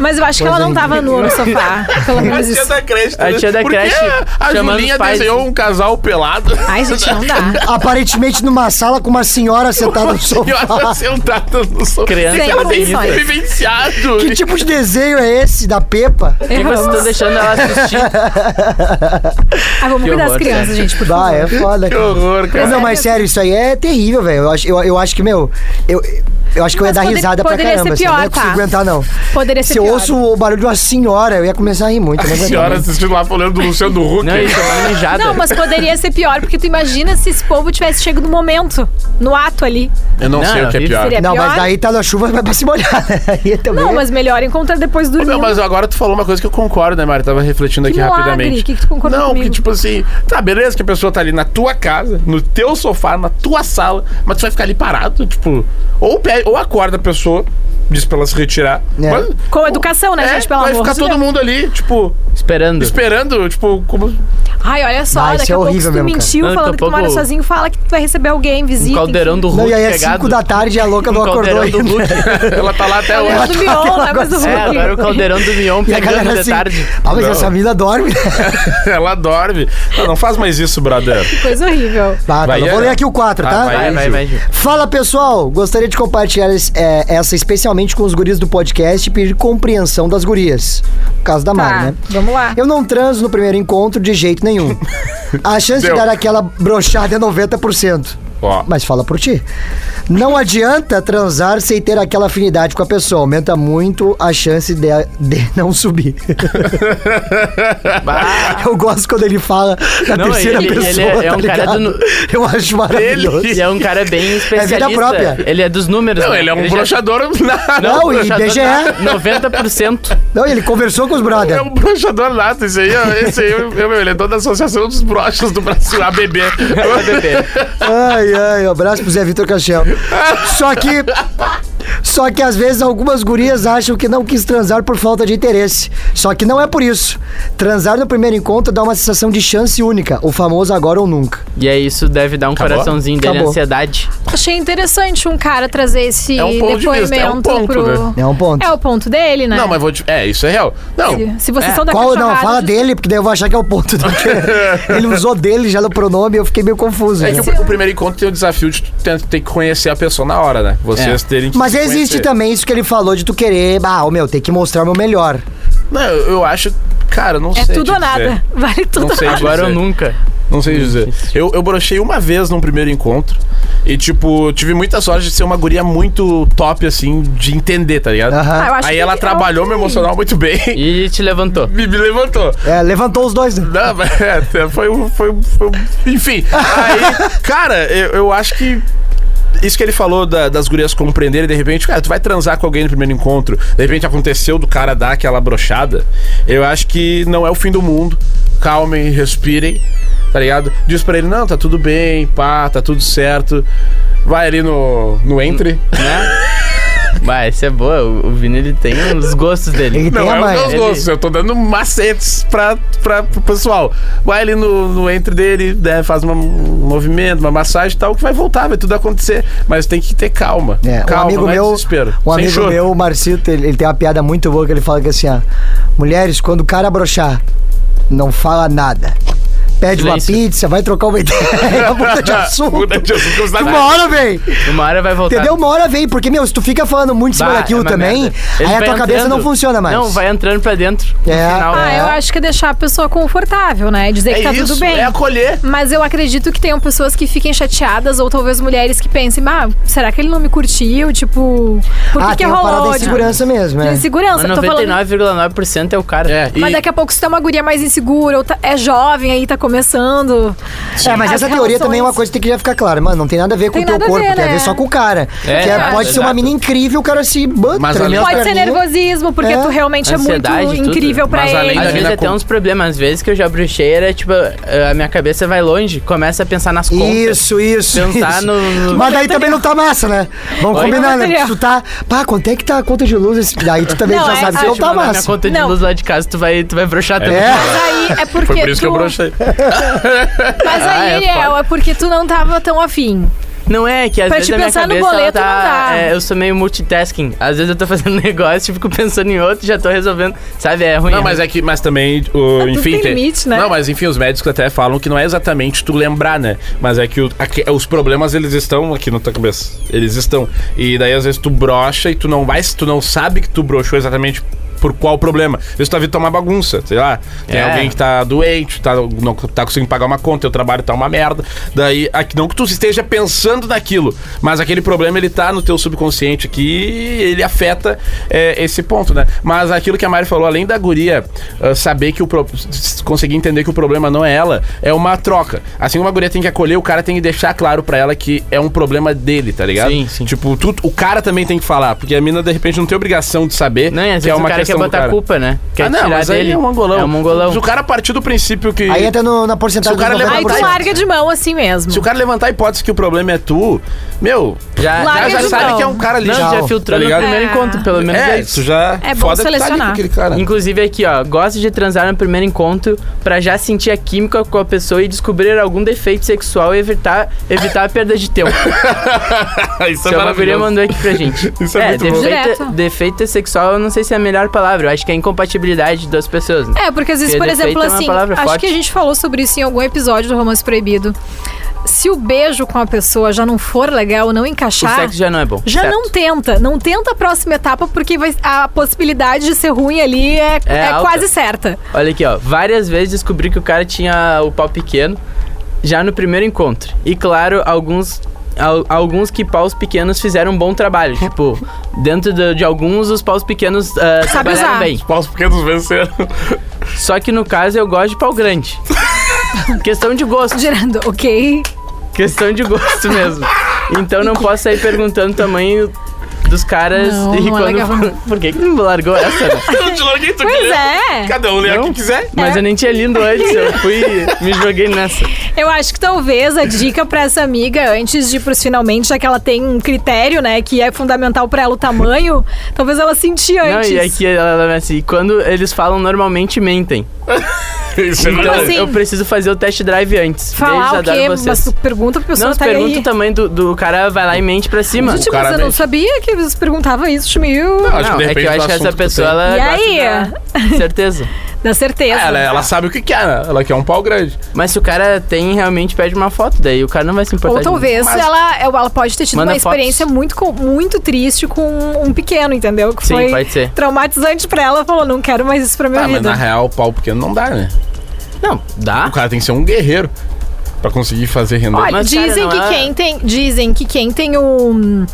Speaker 5: Mas eu acho que ela não
Speaker 4: Coisa
Speaker 5: tava nua no sofá. Pelo
Speaker 2: A
Speaker 5: menos
Speaker 2: tia
Speaker 5: isso.
Speaker 2: da creche.
Speaker 3: A tia da
Speaker 2: Por que
Speaker 3: creche
Speaker 2: A
Speaker 3: chamando
Speaker 2: Julinha
Speaker 3: os pais.
Speaker 2: desenhou um casal pelado.
Speaker 5: Ai, gente, não dá.
Speaker 4: Aparentemente numa sala com uma senhora sentada no
Speaker 2: E assim, um ela
Speaker 4: sofá.
Speaker 2: sentada no sofá.
Speaker 3: Criança
Speaker 5: Sem condições.
Speaker 2: Vivenciado.
Speaker 4: Que tipo de desenho é esse da Pepa?
Speaker 3: Por que vocês estão deixando ela assistir?
Speaker 5: Ah, vamos
Speaker 3: Que
Speaker 5: cuidar das
Speaker 3: horror,
Speaker 5: crianças,
Speaker 3: sério.
Speaker 5: gente, por
Speaker 4: Bah,
Speaker 5: favor.
Speaker 4: é foda,
Speaker 2: Que
Speaker 4: cara.
Speaker 2: horror, cara.
Speaker 4: Não, mas sério, isso aí é terrível, velho. Eu acho, eu, eu acho que, meu, eu, eu acho que eu ia
Speaker 5: Mas
Speaker 4: dar
Speaker 5: poder-
Speaker 4: risada pra
Speaker 5: poderia
Speaker 4: caramba.
Speaker 5: ser
Speaker 4: assim, eu não ia
Speaker 5: pior, tá?
Speaker 4: conseguir aguentar, não.
Speaker 5: Poderia ser
Speaker 4: Se eu
Speaker 5: pior.
Speaker 4: ouço um o barulho de uma senhora, eu ia começar a rir muito. né? eu não
Speaker 2: A
Speaker 4: aguentava.
Speaker 2: senhora assistindo lá falando do Luciano Huck.
Speaker 3: Não, isso é uma mijada.
Speaker 5: Não, mas poderia ser pior, porque tu imagina se esse povo tivesse chego no momento, no ato ali.
Speaker 2: Eu não,
Speaker 3: Não,
Speaker 2: sei o que é
Speaker 3: isso
Speaker 2: pior.
Speaker 5: seria- É
Speaker 4: não,
Speaker 5: pior?
Speaker 4: mas daí tá na chuva, vai pra se molhar. né? Aí também.
Speaker 5: Não, mas melhor encontrar depois
Speaker 2: Ô, meu,
Speaker 5: dormindo.
Speaker 2: mas agora tu falou uma coisa que eu concordo, né, Mari? Tava refletindo
Speaker 5: Que
Speaker 2: aqui
Speaker 5: milagre,
Speaker 2: rapidamente.
Speaker 5: que que tu concordou
Speaker 2: Não, que
Speaker 5: comigo?
Speaker 2: tipo assim, tá, beleza que a pessoa tá ali na tua casa, no teu sofá, na tua sala, mas tu vai ficar ali parado, tipo, ou, pe- ou acorda a pessoa, disse pra ela se retirar.
Speaker 4: É.
Speaker 2: Mas-
Speaker 5: Com educação, né,
Speaker 2: É,
Speaker 5: gente? Pelo
Speaker 2: vai
Speaker 5: amor
Speaker 2: ficar
Speaker 5: de
Speaker 2: todo
Speaker 5: Deus.
Speaker 2: mundo ali, tipo,
Speaker 3: Esperando.
Speaker 2: esperando, tipo, como.
Speaker 5: Ai, olha só,
Speaker 4: Vai,
Speaker 5: daqui
Speaker 4: isso é
Speaker 5: a pouco
Speaker 4: horrível
Speaker 5: se tu
Speaker 4: mesmo, cara.
Speaker 5: mentiu
Speaker 3: Não,
Speaker 5: falando
Speaker 3: daqui
Speaker 5: que
Speaker 3: a
Speaker 5: tu mora
Speaker 3: pouco-
Speaker 5: sozinho, fala que tu vai receber alguém, visita.
Speaker 3: Um caldeirão
Speaker 5: enfim.
Speaker 3: do Hulk.
Speaker 4: Não, e aí é
Speaker 3: pegado.
Speaker 4: 5 da tarde e a louca do
Speaker 3: Um caldeirão do
Speaker 4: acordou
Speaker 3: Hulk.
Speaker 2: Ela tá lá até
Speaker 5: Caldeirão
Speaker 2: hoje.
Speaker 5: do Mion, né? Mas do
Speaker 3: É, agora o
Speaker 5: Hulk.
Speaker 3: caldeirão do Mion
Speaker 4: E a
Speaker 3: pegando
Speaker 4: galera
Speaker 3: de
Speaker 4: assim,
Speaker 3: tarde.
Speaker 4: ah, mas
Speaker 2: Não.
Speaker 4: essa mina dorme. né?"
Speaker 2: ela dorme. Não, não faz mais isso, brother.
Speaker 5: Coisa horrível.
Speaker 4: Tá, tá,
Speaker 2: Vai,
Speaker 4: eu vou
Speaker 2: é.
Speaker 4: ler aqui o 4,
Speaker 2: Ah,
Speaker 4: tá?
Speaker 2: vai.
Speaker 3: Vai, vai, vai. Gil.
Speaker 4: Fala pessoal, gostaria de compartilhar es- é, essa especialmente com os guris do podcast e pedir compreensão das gurias. No caso da Mari,
Speaker 5: Tá,
Speaker 4: né?
Speaker 5: vamos lá.
Speaker 4: Eu não transo no primeiro encontro de jeito nenhum. A chance
Speaker 2: Deu.
Speaker 4: de dar aquela brochada é 90%.
Speaker 2: Ó.
Speaker 4: Mas fala por ti. Não adianta transar sem ter aquela afinidade com a pessoa. Aumenta muito a chance de, de não subir. Eu gosto quando ele fala da
Speaker 3: Não,
Speaker 4: terceira
Speaker 3: ele- ele
Speaker 4: pessoa.
Speaker 3: é- é
Speaker 4: tá
Speaker 3: um cara
Speaker 4: ligado?
Speaker 3: do nu-
Speaker 4: Eu acho maravilhoso.
Speaker 3: Ele é um cara bem especialista.
Speaker 4: própria.
Speaker 3: Ele é dos números.
Speaker 2: Não,
Speaker 3: né?
Speaker 2: ele é um
Speaker 3: já- tá
Speaker 2: brochador. nato.
Speaker 4: Não, e
Speaker 3: brochador
Speaker 4: BGE.
Speaker 3: nato, 90%.
Speaker 4: Não, ele conversou com os
Speaker 2: É
Speaker 4: brothers.
Speaker 2: um brochador nato, esse aí, ó, esse aí, eu, eu, ele é dono da Associação dos Brochas do Brasil, ABB.
Speaker 4: Ai, ai, um abraço pro Zé Vitor Caixão. Só que. Só que às vezes algumas gurias acham que não quis transar por falta de interesse. Só que não é por isso. Transar no primeiro encontro dá uma sensação de chance única, o famoso agora ou nunca.
Speaker 3: E aí isso deve dar um
Speaker 2: Acabou?
Speaker 3: coraçãozinho dele,
Speaker 4: Acabou.
Speaker 3: ansiedade.
Speaker 5: Achei interessante um cara trazer esse
Speaker 2: É um ponto de
Speaker 5: depoimento
Speaker 2: vista, é um ponto,
Speaker 5: pro.
Speaker 2: né?
Speaker 4: É um ponto.
Speaker 5: É o ponto dele, né?
Speaker 2: Não, mas vou te. É, isso é real. Não,
Speaker 5: Se vocês
Speaker 3: É.
Speaker 5: são da
Speaker 4: Qual? Não,
Speaker 5: cachorrada,
Speaker 4: fala dele, porque daí eu vou achar que é o ponto. do que- ele usou dele já no pronome e eu fiquei meio confuso.
Speaker 2: é que
Speaker 4: né?
Speaker 2: o, o primeiro encontro tem o desafio de tu ter, ter que conhecer a pessoa na hora, né? Vocês terem que.
Speaker 4: Mas
Speaker 2: se
Speaker 4: existe
Speaker 2: conhecer.
Speaker 4: também isso que ele falou de tu querer. Ah, ô, meu, tem que mostrar o meu melhor.
Speaker 2: Não, eu eu acho. Cara, eu não
Speaker 5: É
Speaker 2: sei. te
Speaker 5: tudo
Speaker 2: dizer.
Speaker 5: ou nada. Vale tudo
Speaker 2: Não
Speaker 5: ou
Speaker 2: sei. te
Speaker 3: Agora
Speaker 2: dizer.
Speaker 3: ou nunca.
Speaker 2: Não sei dizer. Eu, eu brochei uma vez num primeiro encontro. E, tipo, tive muita sorte de ser uma guria muito top, assim, de entender, tá ligado?
Speaker 4: Aham.
Speaker 5: Ah, eu acho
Speaker 2: Aí
Speaker 5: que-
Speaker 2: ela trabalhou
Speaker 5: ok.
Speaker 2: meu emocional muito bem. E
Speaker 3: E te levantou.
Speaker 2: me, me levantou.
Speaker 4: É, levantou os dois, né?
Speaker 2: Não, mas é, foi um. Foi, um- foi um- enfim. Aí, cara, eu, eu acho que. Isso que ele falou da- das gurias compreenderem, de repente, cara, tu vai transar com alguém no primeiro encontro, de repente aconteceu do cara dar aquela brochada, eu acho que não é o fim do mundo. Calmem, respirem, tá ligado? Diz pra ele, não, tá tudo bem, pá, tá tudo certo. Vai ali no, no entre.
Speaker 3: né? Mas isso é boa, o o Vini ele tem os gostos dele.
Speaker 4: Ele
Speaker 2: Não,
Speaker 4: tem a
Speaker 2: é os
Speaker 4: mãe.
Speaker 2: meus
Speaker 3: Ele-
Speaker 2: gostos. Eu tô dando macetes pra, pra, pro pessoal. Vai ali no, no entre dele, né, faz uma- um movimento, uma massagem e tal, que vai voltar, vai tudo acontecer. Mas tem que ter calma.
Speaker 4: É,
Speaker 2: calma,
Speaker 4: um amigo
Speaker 2: não é
Speaker 4: meu,
Speaker 2: desespero.
Speaker 4: um
Speaker 2: Sem
Speaker 4: amigo
Speaker 2: choro.
Speaker 4: meu, o Marcito, ele, ele tem uma piada muito boa que ele fala que assim, ó, mulheres, quando o cara brochar, não fala nada. Pede
Speaker 3: Silêncio.
Speaker 4: uma pizza, vai trocar uma ideia, muda de assunto.
Speaker 2: Muda de assunto,
Speaker 4: Que
Speaker 2: você
Speaker 4: uma hora vem,
Speaker 3: Uma hora vai voltar.
Speaker 4: entendeu? Uma hora vem, porque, meu, se tu fica falando muito em cima
Speaker 3: Bah,
Speaker 4: daquilo
Speaker 3: é uma
Speaker 4: também,
Speaker 3: merda. Ele
Speaker 4: aí a
Speaker 3: vai
Speaker 4: tua cabeça
Speaker 3: entrando.
Speaker 4: não funciona mais.
Speaker 3: Não, vai entrando pra dentro. no
Speaker 4: É.
Speaker 3: final.
Speaker 5: Ah, eu acho que é deixar a pessoa confortável, né? Dizer
Speaker 2: assim,
Speaker 5: que
Speaker 2: né? É
Speaker 5: tá
Speaker 2: isso,
Speaker 5: tudo bem.
Speaker 2: é acolher.
Speaker 5: Mas eu acredito que tenham pessoas que fiquem chateadas ou talvez mulheres que pensem, ah, será que ele não me curtiu? Tipo, por que,
Speaker 4: ah,
Speaker 5: que
Speaker 4: tem uma parada
Speaker 5: rolou? Tipo,
Speaker 4: de insegurança mesmo,
Speaker 5: De
Speaker 4: é.
Speaker 5: insegurança,
Speaker 3: Mas
Speaker 5: eu tô falando.
Speaker 3: 99,9% é o cara.
Speaker 2: É,
Speaker 5: Mas
Speaker 2: e-
Speaker 5: daqui a pouco se tem uma guria mais insegura, ou tá- é jovem aí, tá começando.
Speaker 4: É, mas
Speaker 5: As
Speaker 4: essa teoria também é uma
Speaker 5: relações-
Speaker 4: coisa que tem que já ficar clara. Mano, não tem nada a ver com
Speaker 5: tipo Tem
Speaker 4: o teu
Speaker 5: nada a
Speaker 4: corpo,
Speaker 5: ver,
Speaker 4: tem a
Speaker 5: né?
Speaker 4: ver só com o cara.
Speaker 3: É,
Speaker 4: que é-
Speaker 5: exato,
Speaker 4: pode ser uma
Speaker 3: exato.
Speaker 4: mina incrível, o cara se
Speaker 2: Mas
Speaker 4: banca. tá
Speaker 2: além-
Speaker 5: Pode ser nervosismo, porque
Speaker 4: É.
Speaker 5: tu realmente é
Speaker 3: Ansiedade,
Speaker 5: muito
Speaker 3: tudo.
Speaker 5: incrível pra
Speaker 2: Mas além
Speaker 5: ele.
Speaker 2: da-
Speaker 3: Às vezes
Speaker 2: mina
Speaker 3: até
Speaker 2: com-
Speaker 3: uns problemas. Às vezes que eu já bruxei era tipo, a minha cabeça vai longe, começa a pensar nas contas.
Speaker 4: Isso, isso.
Speaker 3: Pensar
Speaker 4: isso.
Speaker 3: tá no- no-
Speaker 4: Mas daí também não tá massa, né? Vamos
Speaker 3: Oi?
Speaker 4: combinar, né?
Speaker 5: Material.
Speaker 4: Se tu tá. Pá, quanto é que tá a conta de luz? Esse- Daí tu também
Speaker 5: Não,
Speaker 4: já
Speaker 5: é-
Speaker 4: sabe
Speaker 5: é
Speaker 4: que não
Speaker 3: Tipo, na
Speaker 4: tá
Speaker 3: minha
Speaker 4: massa.
Speaker 3: conta de
Speaker 5: Não.
Speaker 3: luz lá de casa, tu vai, tu vai broxar também.
Speaker 4: É.
Speaker 5: Mas aí é porque.
Speaker 2: Foi por isso
Speaker 5: tu...
Speaker 2: que eu brochei.
Speaker 5: Mas aí,
Speaker 3: Ah, é
Speaker 5: Ariel,
Speaker 3: foda.
Speaker 5: é porque tu não tava tão afim.
Speaker 3: Não é que às
Speaker 5: Pra
Speaker 3: vezes
Speaker 5: te
Speaker 3: a minha
Speaker 5: pensar no
Speaker 3: cabeça, ela
Speaker 5: boleto,
Speaker 3: tá,
Speaker 5: não dá.
Speaker 3: é, eu sou meio multitasking. Às vezes eu tô fazendo um negócio, fico pensando em outro, já tô resolvendo. Sabe, é ruim.
Speaker 2: Não, mas é que, mas também, o,
Speaker 5: tudo
Speaker 2: enfim,
Speaker 5: né? É tem limite, né?
Speaker 2: Não, mas enfim, os médicos até falam que não é exatamente tu lembrar, né? Mas é que o- aque- os problemas eles estão aqui na tua cabeça, eles estão. E daí às vezes tu brocha e tu não vai, tu não sabe que tu brochou exatamente por qual problema. Às vezes tu tá vindo tomar bagunça, sei lá. Tem
Speaker 3: É.
Speaker 2: alguém que tá doente, tá, não tá conseguindo pagar uma conta, teu trabalho tá uma merda. Daí, aqui- não que tu esteja pensando naquilo, mas aquele problema ele tá no teu subconsciente aqui e ele afeta é, esse ponto, né? Mas aquilo que a Mari falou, além da guria ah, saber que o. pro- s- conseguir entender que o problema não é ela, é uma troca. Assim, uma guria tem que acolher, o cara tem que deixar claro pra ela que é um problema dele, tá ligado?
Speaker 3: Sim, sim.
Speaker 2: Tipo, tu- o cara também tem que falar, porque a mina de repente não tem obrigação de saber
Speaker 3: Não, e às
Speaker 2: que é uma
Speaker 3: vezes o cara quer
Speaker 2: questão do
Speaker 3: botar
Speaker 2: cara.
Speaker 3: culpa, né? Quer
Speaker 2: ah, não,
Speaker 3: tirar
Speaker 2: mas
Speaker 3: dele.
Speaker 2: aí é um mongolão.
Speaker 3: É um mongolão.
Speaker 2: Se o cara partir do princípio que.
Speaker 4: Aí entra no- na porcentagem
Speaker 2: Se o cara
Speaker 4: dos
Speaker 5: Aí tu
Speaker 4: 90%.
Speaker 5: larga de mão assim mesmo.
Speaker 2: Se o cara levantar a hipótese que o problema é tu, meu,
Speaker 3: Já,
Speaker 5: Larga
Speaker 2: já,
Speaker 5: de
Speaker 2: já sabe
Speaker 5: mão.
Speaker 2: que é um cara
Speaker 3: não,
Speaker 2: lixo.
Speaker 4: Tchau,
Speaker 3: já
Speaker 2: tá
Speaker 3: filtrou no
Speaker 2: ligado?
Speaker 3: primeiro
Speaker 5: É.
Speaker 3: encontro, pelo menos é,
Speaker 2: É,
Speaker 3: isso.
Speaker 2: tu já.
Speaker 5: É bom
Speaker 2: foda que tá ali com
Speaker 5: selecionar.
Speaker 2: aquele cara.
Speaker 3: Inclusive aqui, ó, gosto de transar no primeiro encontro pra já sentir a química com a pessoa e descobrir algum defeito sexual e evitar, evitar a perda de tempo.
Speaker 2: Isso é
Speaker 3: Seu guria
Speaker 2: maravilhoso.
Speaker 3: mandou aqui pra gente.
Speaker 2: Isso é muito bom.
Speaker 3: defeito,
Speaker 5: Direto.
Speaker 3: defeito sexual, eu não sei se é a melhor palavra, eu acho que é a incompatibilidade das pessoas. Né?
Speaker 5: É, porque às vezes,
Speaker 3: Porque
Speaker 5: por exemplo,
Speaker 3: defeito é uma
Speaker 5: assim,
Speaker 3: palavra
Speaker 5: acho
Speaker 3: forte.
Speaker 5: que a gente falou sobre isso em algum episódio do Romance Proibido. Se o beijo com a pessoa já não for legal, não
Speaker 3: O
Speaker 5: encaixar,
Speaker 3: sexo já não é bom.
Speaker 5: já
Speaker 3: certo?
Speaker 5: não tenta. Não tenta a próxima etapa, porque vai- a possibilidade de ser ruim ali é,
Speaker 3: É
Speaker 5: é
Speaker 3: alta.
Speaker 5: quase certa.
Speaker 3: Olha aqui, ó. Várias vezes descobri que o cara tinha o pau pequeno já no primeiro encontro. E claro, alguns. al- Alguns que paus pequenos fizeram um bom trabalho. Tipo, dentro de, de alguns, os paus pequenos ah, trabalharam
Speaker 5: usar.
Speaker 3: bem.
Speaker 2: Paus é pequenos venceram.
Speaker 3: Só que no caso, eu gosto de pau grande. Questão de gosto.
Speaker 5: Gerando, ok?
Speaker 3: Questão de gosto mesmo. Então não posso sair perguntando o tamanho dos caras
Speaker 5: Não,
Speaker 3: e
Speaker 5: não é legal.
Speaker 3: quando. Por que, que não largou essa? né?
Speaker 2: Eu te larguei, tu
Speaker 5: Pois
Speaker 2: queria.
Speaker 5: é.
Speaker 2: Cada um lê o
Speaker 3: Não?
Speaker 2: que quiser.
Speaker 3: Mas
Speaker 5: É.
Speaker 3: eu nem tinha lido antes, eu fui me joguei nessa.
Speaker 5: Eu acho que talvez a dica pra essa amiga, antes de ir pros finalmente, já que ela tem um critério, né, que é fundamental pra ela o tamanho, talvez ela sentir
Speaker 3: Não,
Speaker 5: antes.
Speaker 3: e aqui ela ela assim, quando eles falam normalmente mentem.
Speaker 2: Isso é
Speaker 3: Então
Speaker 2: verdade.
Speaker 5: assim?
Speaker 3: eu preciso fazer o test drive antes.
Speaker 5: Falar
Speaker 3: Daí
Speaker 5: o
Speaker 3: eles
Speaker 5: quê?
Speaker 3: adoram
Speaker 5: Mas
Speaker 3: vocês.
Speaker 5: tu pergunta pra pessoa
Speaker 3: Não, se
Speaker 5: tá aí.
Speaker 3: pergunta o tamanho do, do cara, vai lá e mente pra cima.
Speaker 5: Gente,
Speaker 2: O cara
Speaker 5: mas eu não
Speaker 2: mexe.
Speaker 5: sabia que eles perguntavam isso, tio.
Speaker 2: Não,
Speaker 3: Não, é que eu
Speaker 2: do
Speaker 3: acho
Speaker 2: assunto
Speaker 3: que essa
Speaker 2: tu
Speaker 3: pessoa,
Speaker 2: tem.
Speaker 3: ela
Speaker 5: E
Speaker 3: gosta
Speaker 5: aí?
Speaker 3: da- Certeza.
Speaker 5: Da certeza.
Speaker 2: É, Ela, ela sabe o que quer, né? Ela quer um pau grande.
Speaker 3: Mas se o cara tem, realmente pede uma foto, daí o cara não vai se importar.
Speaker 5: Ou
Speaker 3: de mim.
Speaker 5: talvez ela, ela pode ter tido
Speaker 3: Manda
Speaker 5: uma experiência muito, com- muito triste com um pequeno, entendeu? Que
Speaker 3: Sim,
Speaker 5: foi
Speaker 3: pode ser.
Speaker 5: traumatizante pra ela. Falou, não quero mais isso pra minha
Speaker 2: Tá, mas na
Speaker 5: vida.
Speaker 2: real, o pau pequeno não dá, né?
Speaker 3: Não, dá.
Speaker 2: O cara tem que ser um guerreiro pra conseguir fazer render.
Speaker 5: Olha,
Speaker 3: Mas, cara,
Speaker 5: dizem,
Speaker 3: não
Speaker 5: que
Speaker 3: é-
Speaker 5: quem tem, dizem que quem tem o hum,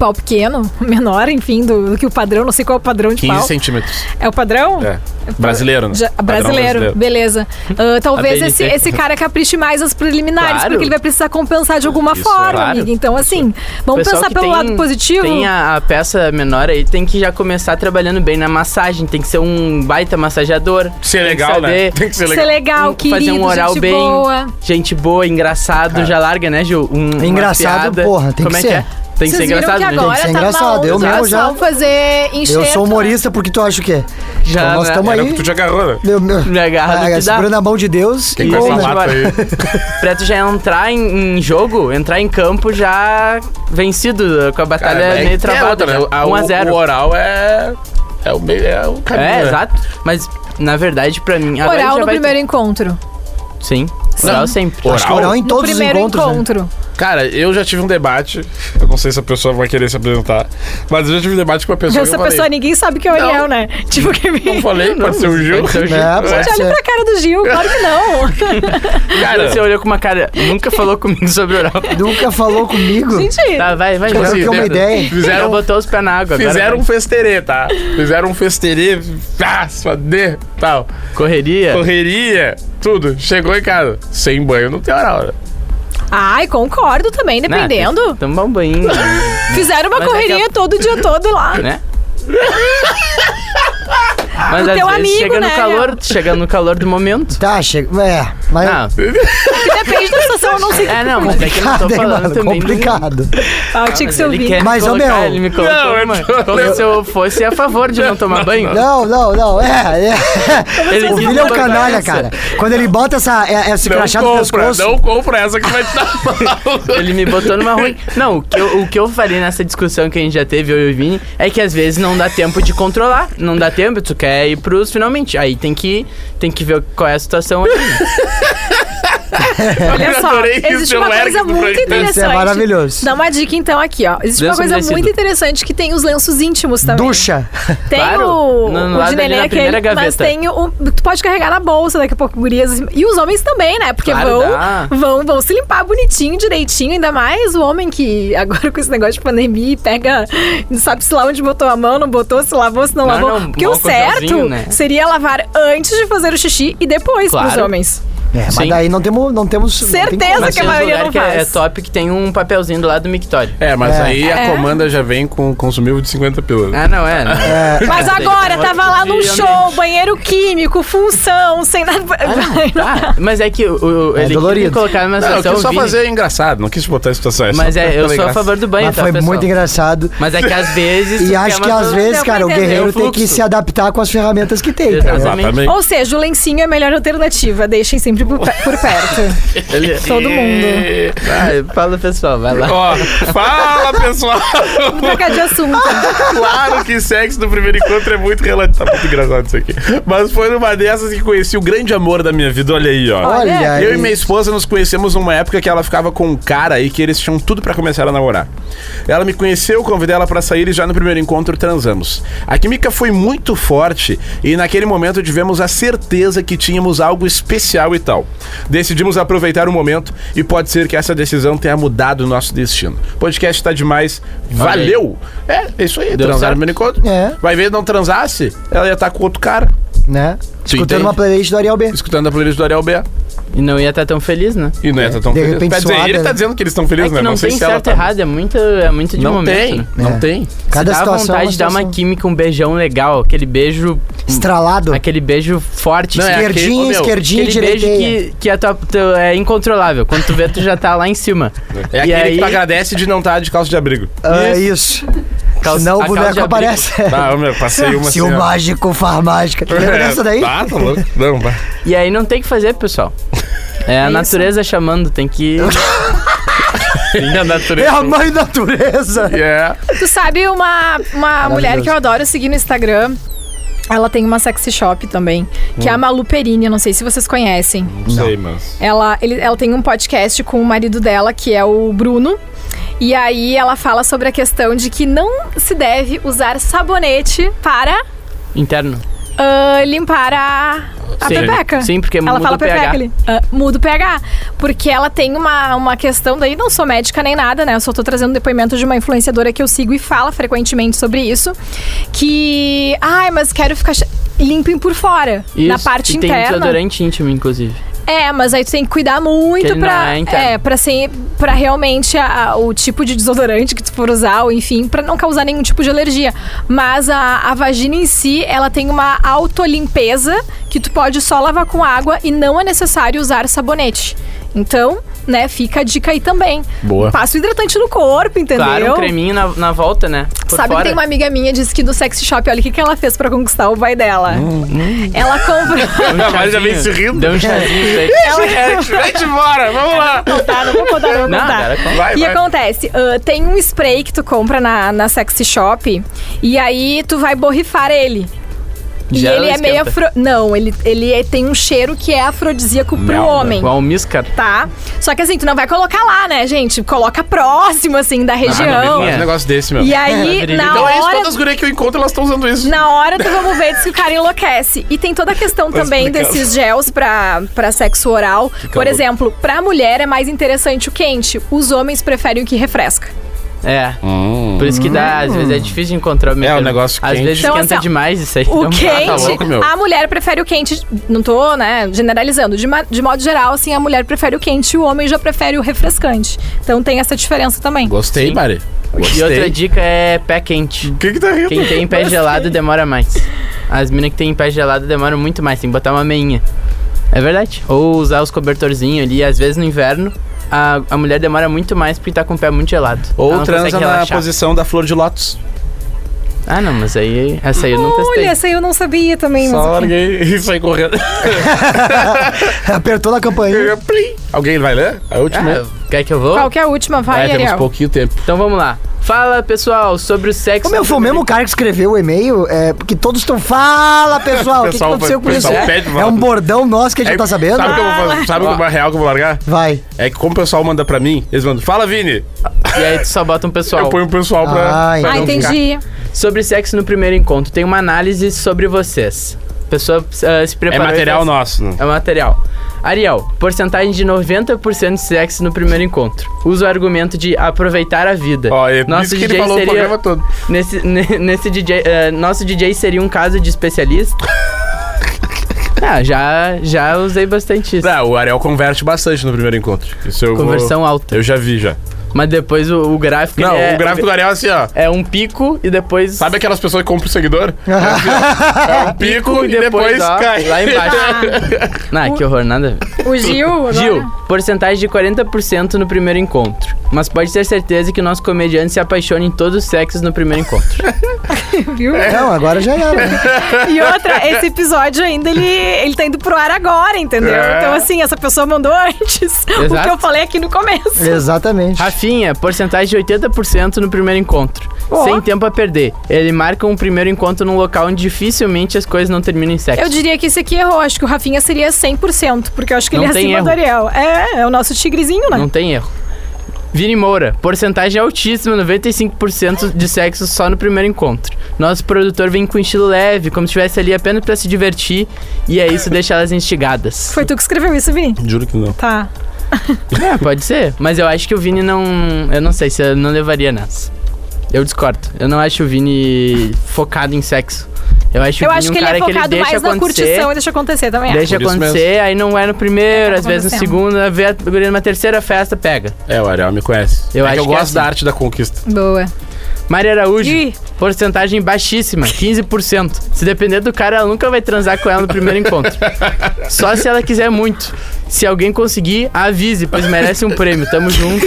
Speaker 5: pau pequeno, menor, enfim, do, do que o padrão, não sei qual é o padrão de
Speaker 2: 15
Speaker 5: pau.
Speaker 2: centímetros.
Speaker 5: É o padrão?
Speaker 2: É. Brasileiro, né?
Speaker 5: Já-
Speaker 2: Padrão
Speaker 5: brasileiro, beleza. Ah, talvez
Speaker 3: A
Speaker 5: esse,
Speaker 3: BNT.
Speaker 5: esse cara capriche mais as preliminares,
Speaker 3: Claro. é
Speaker 5: porque ele vai precisar compensar de alguma
Speaker 2: Isso,
Speaker 5: forma,
Speaker 3: claro.
Speaker 5: amiga. Então, assim, vamos
Speaker 3: é- Pessoal
Speaker 5: pensar
Speaker 3: que
Speaker 5: pelo
Speaker 3: tem-
Speaker 5: lado positivo.
Speaker 3: Tem a, a peça menor aí, tem que já começar trabalhando bem na massagem, tem que ser um baita massageador.
Speaker 2: Ser
Speaker 3: tem que
Speaker 2: legal, né?
Speaker 3: saber
Speaker 2: Tem que ser
Speaker 5: Ser
Speaker 2: legal.
Speaker 5: legal, querido,
Speaker 3: fazer um oral
Speaker 5: gente
Speaker 3: bem,
Speaker 5: boa.
Speaker 3: gente boa, engraçado,
Speaker 2: É.
Speaker 3: já larga, né, Gil? Um, uma
Speaker 4: Engraçado,
Speaker 3: piada.
Speaker 4: porra, tem
Speaker 3: Como
Speaker 4: que
Speaker 3: é
Speaker 4: ser.
Speaker 3: que é? Tem que ser
Speaker 5: Vocês viram
Speaker 3: engraçado,
Speaker 5: que
Speaker 3: né,
Speaker 5: agora
Speaker 3: gente?
Speaker 4: Tem que ser
Speaker 5: tá
Speaker 4: engraçado,
Speaker 5: na
Speaker 4: eu
Speaker 5: onda,
Speaker 4: mesmo já-
Speaker 5: só fazer
Speaker 4: Eu
Speaker 5: enxerto.
Speaker 4: sou humorista porque tu acha o quê?
Speaker 3: Já,
Speaker 4: então nós
Speaker 3: né?
Speaker 4: estamos
Speaker 2: Era o que
Speaker 4: aí.
Speaker 2: tu te agarrou, né?
Speaker 4: Meu, meu,
Speaker 3: Me agarra do
Speaker 4: Ah,
Speaker 3: que dá.
Speaker 4: segurando a mão de Deus
Speaker 2: Quem
Speaker 4: e
Speaker 2: com
Speaker 3: Bom,
Speaker 2: essa
Speaker 3: né?
Speaker 2: lata aí.
Speaker 3: Pra tu já é entrar em, em jogo, entrar em campo já vencido, uh, com a batalha
Speaker 2: Cara,
Speaker 3: meio
Speaker 2: é
Speaker 3: travada.
Speaker 2: outra, né?
Speaker 3: já.
Speaker 2: A-
Speaker 3: 1 a
Speaker 2: o-
Speaker 3: 0
Speaker 2: O oral é. É o meio. É o caminho.
Speaker 3: É,
Speaker 2: né?
Speaker 3: exato. Mas, na verdade, pra mim... agora
Speaker 5: Oral
Speaker 3: já
Speaker 5: no
Speaker 3: vai
Speaker 5: primeiro encontro.
Speaker 3: ter- Sim, oral sempre.
Speaker 4: Acho que oral em
Speaker 5: No
Speaker 4: todos os
Speaker 5: primeiro
Speaker 4: encontros. né?
Speaker 5: encontro.
Speaker 2: Cara, eu já tive um debate. Eu não sei se a pessoa vai querer se apresentar. Mas eu já tive um debate com a pessoa.
Speaker 5: Essa
Speaker 2: que eu
Speaker 5: pessoa,
Speaker 2: falei,
Speaker 5: ninguém sabe que é Oriel, né? Tipo, que me...
Speaker 2: Não falei,
Speaker 3: Não,
Speaker 2: pode ser o Gil.
Speaker 3: pode ser o Gil.
Speaker 4: É, pode
Speaker 5: Gente, olha
Speaker 4: ser.
Speaker 5: pra cara do Gil, claro que não.
Speaker 2: Cara, tipo
Speaker 3: Você olhou com uma cara... Nunca falou comigo sobre oral.
Speaker 4: Nunca falou comigo.
Speaker 5: Gente,
Speaker 3: Tá, vai, vai.
Speaker 4: Tipo
Speaker 3: vai.
Speaker 4: assim,
Speaker 2: fizeram-
Speaker 4: uma ideia.
Speaker 3: Fizeram...
Speaker 2: né, Fizeram,
Speaker 3: botou os pés na água agora. né?
Speaker 2: fizeram um
Speaker 3: vai.
Speaker 2: festerê, tá? Fizeram um festerê. Ah, sua D, tal.
Speaker 3: Correria.
Speaker 2: Correria, tudo. Chegou em casa. Sem banho não tem oral, né?
Speaker 5: Ai, concordo também,
Speaker 3: Não,
Speaker 5: dependendo.
Speaker 3: tem que Tomar um banho,
Speaker 5: Fizeram uma
Speaker 3: Mas
Speaker 5: correria
Speaker 3: daqui a-
Speaker 5: todo dia todo lá.
Speaker 3: né? Mas às
Speaker 5: teu
Speaker 3: vezes
Speaker 5: amigo,
Speaker 3: chega
Speaker 5: né,
Speaker 3: no calor, chega no calor do momento.
Speaker 4: Tá, chega. É, mas.
Speaker 3: Ah,
Speaker 5: Depende da situação, eu tá não sei.
Speaker 3: é, não, mas é que eu não tô
Speaker 4: Complicado, hein,
Speaker 3: falando
Speaker 4: mano?
Speaker 3: também. né? do-
Speaker 4: Complicado.
Speaker 5: Ah, eu tinha que ser
Speaker 3: Ele
Speaker 5: ouvido.
Speaker 3: quer me
Speaker 4: Mas, ô,
Speaker 3: colocar,
Speaker 4: meu-
Speaker 3: ele me colocou,
Speaker 2: Não, eu
Speaker 3: mano.
Speaker 2: tô-
Speaker 3: Como se eu fosse a favor de não tomar banho.
Speaker 4: Não, não, não. É, é.
Speaker 3: Ele
Speaker 4: O
Speaker 3: quis
Speaker 4: Vila é um
Speaker 3: colocar
Speaker 4: canalha,
Speaker 3: essa.
Speaker 4: cara. Quando ele bota essa, é- esse
Speaker 2: Não
Speaker 4: crachá no
Speaker 2: compra,
Speaker 4: pescoço.
Speaker 2: não compra essa que vai te dar mal.
Speaker 3: Ele me botou numa ruim. Não, o que, eu, o que eu falei nessa discussão que a gente já teve, eu e o Vini, é que às vezes não dá tempo de controlar. Não dá tempo, tu quer ir pros finalmente. Aí tem que, tem que ver qual é a situação aí.
Speaker 5: Olha
Speaker 2: Eu
Speaker 5: só,
Speaker 2: adorei isso,
Speaker 5: existe
Speaker 2: eu
Speaker 5: uma
Speaker 2: era
Speaker 5: coisa
Speaker 2: que foi.
Speaker 5: muito interessante.
Speaker 4: Isso é maravilhoso.
Speaker 5: Dá uma dica então aqui, ó. Existe
Speaker 3: Lenço
Speaker 5: uma coisa
Speaker 3: umedecido.
Speaker 5: muito interessante que tem os lenços íntimos também.
Speaker 4: Ducha.
Speaker 5: Tem
Speaker 3: Claro,
Speaker 5: o,
Speaker 3: no- no
Speaker 5: o
Speaker 3: lado
Speaker 5: de
Speaker 3: ali na
Speaker 5: neném é
Speaker 3: primeira
Speaker 5: aquele, mas
Speaker 3: gaveta.
Speaker 5: tem o... Tu pode carregar na bolsa daqui a pouco, gurias. E os homens também, né? Porque
Speaker 3: Claro, dá.
Speaker 5: vão, vão, vão se limpar bonitinho, direitinho. Ainda mais o homem que agora com esse negócio de pandemia e pega... Não sabe se lá onde botou a mão, não botou, se lavou, se não,
Speaker 3: Não,
Speaker 5: lavou.
Speaker 3: não,
Speaker 5: Porque
Speaker 3: um
Speaker 5: o
Speaker 3: álcool gelzinho,
Speaker 5: certo
Speaker 3: né?
Speaker 5: seria lavar antes de fazer o xixi e depois
Speaker 3: Claro.
Speaker 5: pros homens.
Speaker 4: É, mas
Speaker 3: Sim.
Speaker 4: daí não temos. Não temos não tem
Speaker 5: Certeza
Speaker 4: como.
Speaker 5: Mas
Speaker 3: Mas
Speaker 5: que a
Speaker 3: tem uns lugares
Speaker 5: maioria não
Speaker 3: que é, é
Speaker 5: faz.
Speaker 3: top que tem um papelzinho do lado do mictório.
Speaker 2: É, mas
Speaker 4: É.
Speaker 2: aí a
Speaker 5: É.
Speaker 2: comanda já vem com consumível de 50 pílulas.
Speaker 3: Ah, não é, né?
Speaker 5: Mas agora, tava lá num show, banheiro químico, função, sem nada.
Speaker 3: Tá, mas é que o, o,
Speaker 4: É
Speaker 3: ele queria
Speaker 4: dolorido.
Speaker 3: colocar numa
Speaker 2: Não, eu
Speaker 3: situação
Speaker 2: quis só
Speaker 3: Vini,
Speaker 2: fazer engraçado, não quis botar a situação essa. Tá
Speaker 3: Mas é, eu
Speaker 2: Pela
Speaker 3: sou a
Speaker 2: graça.
Speaker 3: favor do banho,
Speaker 4: Mas
Speaker 3: tá,
Speaker 4: foi
Speaker 3: pessoal?
Speaker 4: muito engraçado.
Speaker 3: Mas é que às vezes...
Speaker 4: E
Speaker 3: tu
Speaker 4: acho
Speaker 3: quer
Speaker 4: que
Speaker 3: uma
Speaker 4: às
Speaker 3: so-
Speaker 4: vezes,
Speaker 5: deu pra
Speaker 4: cara, o
Speaker 5: entender
Speaker 4: guerreiro
Speaker 3: o
Speaker 4: tem que
Speaker 3: fluxo.
Speaker 4: se adaptar com as ferramentas que tem, cara.
Speaker 3: Exatamente.
Speaker 2: Exatamente.
Speaker 5: Ou seja, o lencinho é a melhor alternativa, deixem sempre por, pe- por perto.
Speaker 3: Ele-
Speaker 5: Todo mundo.
Speaker 3: Vai, fala pessoal, vai lá.
Speaker 2: Ó, fala pessoal!
Speaker 5: Trocar de assunto.
Speaker 2: claro que sexo no primeiro encontro é muito relativo. Tá muito engraçado isso aqui. Mas foi numa dessas que conheci o grande amor da minha vida, olha aí, ó.
Speaker 4: Olha,
Speaker 5: Olha,
Speaker 4: aí.
Speaker 2: Eu e minha esposa nos conhecemos numa época que ela ficava com um cara e que eles tinham tudo pra começar a namorar. Ela me conheceu, convidei ela pra sair e já no primeiro encontro transamos. A química foi muito forte e naquele momento tivemos a certeza que tínhamos algo especial e tal. Decidimos aproveitar o momento e pode ser que essa decisão tenha mudado o nosso destino. O podcast tá demais. Valeu! É, é isso aí,
Speaker 3: Deu
Speaker 2: transar
Speaker 3: certo.
Speaker 2: no primeiro encontro.
Speaker 4: É.
Speaker 2: Vai ver, não transasse, ela ia estar com outro cara,
Speaker 4: Né? Escutando
Speaker 2: entende?
Speaker 4: uma playlist do Ariel B.
Speaker 2: escutando a playlist do Ariel B.
Speaker 3: E não ia estar tão feliz, né?
Speaker 2: E não é, tá tão
Speaker 4: de
Speaker 2: feliz.
Speaker 4: repente
Speaker 2: Quer dizer,
Speaker 4: suada,
Speaker 2: ele
Speaker 4: né?
Speaker 2: tá dizendo que eles estão
Speaker 3: É
Speaker 2: felizes,
Speaker 3: que
Speaker 2: né?
Speaker 3: não,
Speaker 2: sei
Speaker 3: tem
Speaker 2: se ela
Speaker 3: certo e
Speaker 2: tá.
Speaker 3: errado, é muito, é muito de
Speaker 2: Não
Speaker 3: momento.
Speaker 2: tem,
Speaker 3: né?
Speaker 2: não
Speaker 4: É.
Speaker 2: tem.
Speaker 3: Se
Speaker 4: Cada
Speaker 3: dá
Speaker 4: situação. é
Speaker 3: vontade
Speaker 4: uma
Speaker 3: de dar uma
Speaker 4: situação.
Speaker 3: química, um beijão legal, aquele beijo.
Speaker 4: Estralado.
Speaker 3: Aquele beijo forte.
Speaker 2: Não, é
Speaker 3: assim,
Speaker 2: aquele-
Speaker 4: esquerdinha,
Speaker 2: ô, meu,
Speaker 4: esquerdinha,
Speaker 3: aquele beijo
Speaker 4: direiteia.
Speaker 3: que, que a tua, teu- é incontrolável. Quando tu vê, tu já tá lá em cima.
Speaker 2: É
Speaker 3: e
Speaker 2: aquele
Speaker 3: aí,
Speaker 2: que tu agradece de não estar de calça de abrigo.
Speaker 4: Ah, É isso.
Speaker 3: Calça-
Speaker 4: Senão o
Speaker 3: a calça de
Speaker 4: boneco
Speaker 3: abrigo.
Speaker 4: aparece.
Speaker 2: Ah, ô, meu, passei uma
Speaker 4: Se o
Speaker 2: ó.
Speaker 4: mágico farmágica. Lembra dessa daí?
Speaker 2: Ah, tá louco. Não, vai.
Speaker 3: e aí não tem o que fazer, pessoal. É a
Speaker 5: Isso.
Speaker 3: natureza chamando, tem que.
Speaker 2: Minha
Speaker 4: É
Speaker 2: natureza.
Speaker 4: a mãe natureza.
Speaker 3: É.
Speaker 2: Yeah.
Speaker 5: Tu sabe uma, uma mulher que eu adoro seguir no Instagram. Ela tem uma sexy shop também, que é
Speaker 3: Hum.
Speaker 5: a Malu Perini, eu não sei se vocês conhecem.
Speaker 2: Não sei, mas.
Speaker 5: Ela, ele- ela tem um podcast com o marido dela, que é o Bruno. E aí ela fala sobre a questão de que não se deve usar sabonete para
Speaker 3: Interno.
Speaker 5: ah, limpar a, a
Speaker 3: Sim.
Speaker 5: pepeca.
Speaker 3: Sim, porque
Speaker 5: ela
Speaker 3: muda
Speaker 5: fala
Speaker 3: o pH.
Speaker 5: pepeca ali. Ah, muda o pH. Porque ela tem uma, uma questão daí, não sou médica nem nada, né? Eu só tô trazendo depoimento de uma influenciadora que eu sigo e fala frequentemente sobre isso. Que. Ai, mas quero ficar. che- Limpem por fora. na
Speaker 3: Isso,
Speaker 5: parte
Speaker 3: e tem
Speaker 5: interna.
Speaker 3: desodorante íntimo, inclusive.
Speaker 5: É, mas aí tu tem que cuidar
Speaker 3: Que
Speaker 5: muito
Speaker 3: ele não
Speaker 5: pra.
Speaker 3: é interno.
Speaker 5: É, pra ser. pra realmente a- a- o tipo de desodorante que tu for usar, ou enfim, pra não causar nenhum tipo de alergia. Mas a, a vagina em si, ela tem uma autolimpeza que tu pode só lavar com água e não é necessário usar sabonete. Então, né, fica a dica aí também.
Speaker 2: Boa.
Speaker 5: Passa o hidratante no corpo, entendeu?
Speaker 3: Claro, um creminho na, na volta, né? Por
Speaker 5: Sabe que
Speaker 3: fora.
Speaker 5: tem uma amiga minha disse que no sex shop, olha o que, que ela fez pra conquistar o pai dela.
Speaker 3: Hum,
Speaker 5: Ela comprou.
Speaker 2: A Mari já vem se rindo.
Speaker 3: Deu um chazinho pra ele.
Speaker 2: É, vai te embora, vamos lá.
Speaker 5: Tá, não vou contar, não vou
Speaker 3: Não,
Speaker 5: contar.
Speaker 3: cara, com-
Speaker 2: Vai,
Speaker 5: e
Speaker 2: vai.
Speaker 5: acontece, ah, tem um spray que tu compra na, na sexy shop e aí tu vai borrifar ele.
Speaker 3: Já
Speaker 5: e ele é
Speaker 3: um esquenta.
Speaker 5: meio afro... Não, ele, ele é- tem um cheiro que é afrodisíaco pro
Speaker 2: Não,
Speaker 5: homem.
Speaker 3: Igual um miscar.
Speaker 5: Tá? Só que assim, tu não vai colocar lá, né, gente? Coloca próximo, assim, da região.
Speaker 2: Um negócio desse, meu.
Speaker 5: e aí,
Speaker 3: É,
Speaker 5: na
Speaker 2: Então é isso,
Speaker 5: hora.
Speaker 2: todas as gurias que eu encontro, elas estão usando isso.
Speaker 5: Na hora tu vamos ver diz que o cara enlouquece. E tem toda a questão também
Speaker 2: explicado.
Speaker 5: desses gels pra, pra sexo oral. Por
Speaker 2: é? calor.
Speaker 5: exemplo, pra mulher é mais interessante o quente. Os homens preferem o que refresca.
Speaker 3: É. Por isso que dá, às vezes é difícil de encontrar o meio
Speaker 2: É, o
Speaker 3: termo.
Speaker 2: negócio
Speaker 3: Às
Speaker 2: quente.
Speaker 3: vezes
Speaker 5: Hum. Então,
Speaker 3: esquenta
Speaker 5: assim, ó,
Speaker 3: demais isso aí.
Speaker 5: O
Speaker 3: Então,
Speaker 5: quente,
Speaker 2: tá louco, meu.
Speaker 5: a mulher prefere o quente. Não tô, né, generalizando. De, ma- de modo geral, assim, a mulher prefere o quente e o homem já prefere o refrescante. Então tem essa diferença também.
Speaker 2: Gostei,
Speaker 3: Sim.
Speaker 2: Mari.
Speaker 3: E outra dica é pé quente.
Speaker 2: O que que tá rindo?
Speaker 3: Quem tem pé gelado demora mais. As minas que tem pé gelado demoram muito mais, tem que botar uma meinha. É verdade. Ou usar os cobertorzinhos ali, às vezes no inverno, a, a mulher demora muito mais porque tá com o pé muito gelado.
Speaker 2: Ou
Speaker 3: Ela não
Speaker 2: transa
Speaker 3: consegue
Speaker 2: na
Speaker 3: relaxar.
Speaker 2: posição da flor de lótus.
Speaker 3: Ah, não, mas aí essa aí eu não testei.
Speaker 5: Olha, essa aí eu não sabia também. mas
Speaker 2: Só
Speaker 5: enfim.
Speaker 2: larguei e saí correndo.
Speaker 4: Apertou na campainha.
Speaker 2: Plim. Alguém vai ler? A
Speaker 4: Né?
Speaker 2: última.
Speaker 3: Ah, quer que eu vou?
Speaker 5: Qual que é a última? Vai,
Speaker 2: é, temos
Speaker 5: Ariel.
Speaker 2: pouquinho tempo.
Speaker 3: Então vamos lá. Fala pessoal sobre o sexo.
Speaker 4: Ô, meu, foi o mesmo cara que escreveu o e-mail, é, porque todos estão. Fala, pessoal! O que, que
Speaker 2: Pessoal,
Speaker 4: aconteceu com isso?
Speaker 2: pessoal, pede,
Speaker 4: É,
Speaker 2: volta.
Speaker 4: um bordão nosso que a gente
Speaker 2: É,
Speaker 4: não tá sabendo.
Speaker 2: Sabe o que eu vou
Speaker 3: Ah.
Speaker 2: fazer? Sabe uma real que eu vou largar?
Speaker 4: Vai.
Speaker 2: É que como o pessoal manda pra mim, eles mandam, fala Vini,
Speaker 3: E aí tu só bota um pessoal.
Speaker 2: eu ponho o pessoal pra,
Speaker 4: Ah,
Speaker 2: pra
Speaker 5: Ah,
Speaker 2: não ficar.
Speaker 5: entendi.
Speaker 3: Sobre sexo no primeiro encontro, tem uma análise sobre vocês. A pessoa ah, se
Speaker 2: É
Speaker 3: preparou. e
Speaker 2: material
Speaker 3: fez-
Speaker 2: nosso. né?
Speaker 3: É material. Ariel, porcentagem de 90% de sexo no primeiro encontro. Usa o argumento de aproveitar a vida.
Speaker 2: Ó, é isso que ele falou o programa todo.
Speaker 3: ah, Nesse, ne- nesse DJ, eh, nosso DJ seria um caso de especialista. Ah, já, já usei bastante isso.
Speaker 2: Ah, o Ariel converte bastante no primeiro encontro. Isso eu vou-
Speaker 3: Conversão alta.
Speaker 2: Eu já vi já.
Speaker 3: Mas depois o, o gráfico.
Speaker 2: Não,
Speaker 3: ele é,
Speaker 2: o gráfico do Ariel é assim, ó.
Speaker 3: É um pico e depois.
Speaker 2: Sabe aquelas pessoas que compram seguidor? É, assim, ó. É um pico, e depois,
Speaker 3: ó,
Speaker 2: cai.
Speaker 3: Lá embaixo. Ah, que horror, nada a ver.
Speaker 5: O Gil, agora-
Speaker 3: Gil, porcentagem de 40% no primeiro encontro. Mas pode ter certeza que o nosso comediante se apaixona em todos os sexos no primeiro encontro.
Speaker 5: viu?
Speaker 4: Não, agora já era. né?
Speaker 5: E outra, esse episódio ainda ele, ele tá indo pro ar agora, entendeu?
Speaker 2: É.
Speaker 5: Então, assim, essa pessoa mandou antes o que
Speaker 3: Exato.
Speaker 5: eu falei aqui no
Speaker 2: É.
Speaker 5: começo.
Speaker 4: Exatamente.
Speaker 3: Rafinha, porcentagem de 80% no primeiro encontro.
Speaker 5: Ó.
Speaker 3: Sem tempo a perder. Ele marca um primeiro encontro num local onde dificilmente as coisas não terminam em sexo.
Speaker 5: Eu diria que esse aqui errou. Acho que o Rafinha seria 100%, porque eu acho que
Speaker 3: Não
Speaker 5: ele é
Speaker 3: tem
Speaker 5: acima
Speaker 3: erro.
Speaker 5: do Ariel. É, é o nosso tigrezinho, né?
Speaker 3: Não tem erro. Vini Moura, porcentagem altíssima, 95% de sexo só no primeiro encontro. Nosso produtor vem com um estilo leve, como se estivesse ali apenas pra se divertir, e é isso, deixa elas instigadas.
Speaker 5: Foi tu que escreveu isso, Vini?
Speaker 2: Juro que não.
Speaker 5: Tá.
Speaker 3: É, pode ser, mas eu acho que o Vini não. Eu não sei se eu não levaria nessa. Eu discordo. Eu não acho o Vini focado em sexo. Eu acho,
Speaker 5: Eu
Speaker 3: o Vini
Speaker 5: acho
Speaker 3: um
Speaker 5: que ele
Speaker 3: cara
Speaker 5: é focado
Speaker 3: que ele deixa
Speaker 5: mais na
Speaker 3: acontecer.
Speaker 5: curtição e deixa acontecer também. acho.
Speaker 3: Deixa
Speaker 2: Por isso
Speaker 3: acontecer, aí não vai no primeiro,
Speaker 5: Acaba
Speaker 3: às vezes no
Speaker 5: acontecendo.
Speaker 3: segundo, às vezes a guria numa terceira festa pega.
Speaker 2: É, o Ariel me conhece.
Speaker 3: Eu
Speaker 2: é que
Speaker 3: acho
Speaker 2: eu
Speaker 3: que é
Speaker 2: gosto
Speaker 3: assim.
Speaker 2: da arte da conquista.
Speaker 5: Boa.
Speaker 3: Maria Araújo,
Speaker 5: Ih.
Speaker 3: porcentagem baixíssima, 15%. Se depender do cara, ela nunca vai transar com ela no primeiro encontro. Só se ela quiser muito. Se alguém conseguir, avise, pois merece um prêmio. Tamo junto.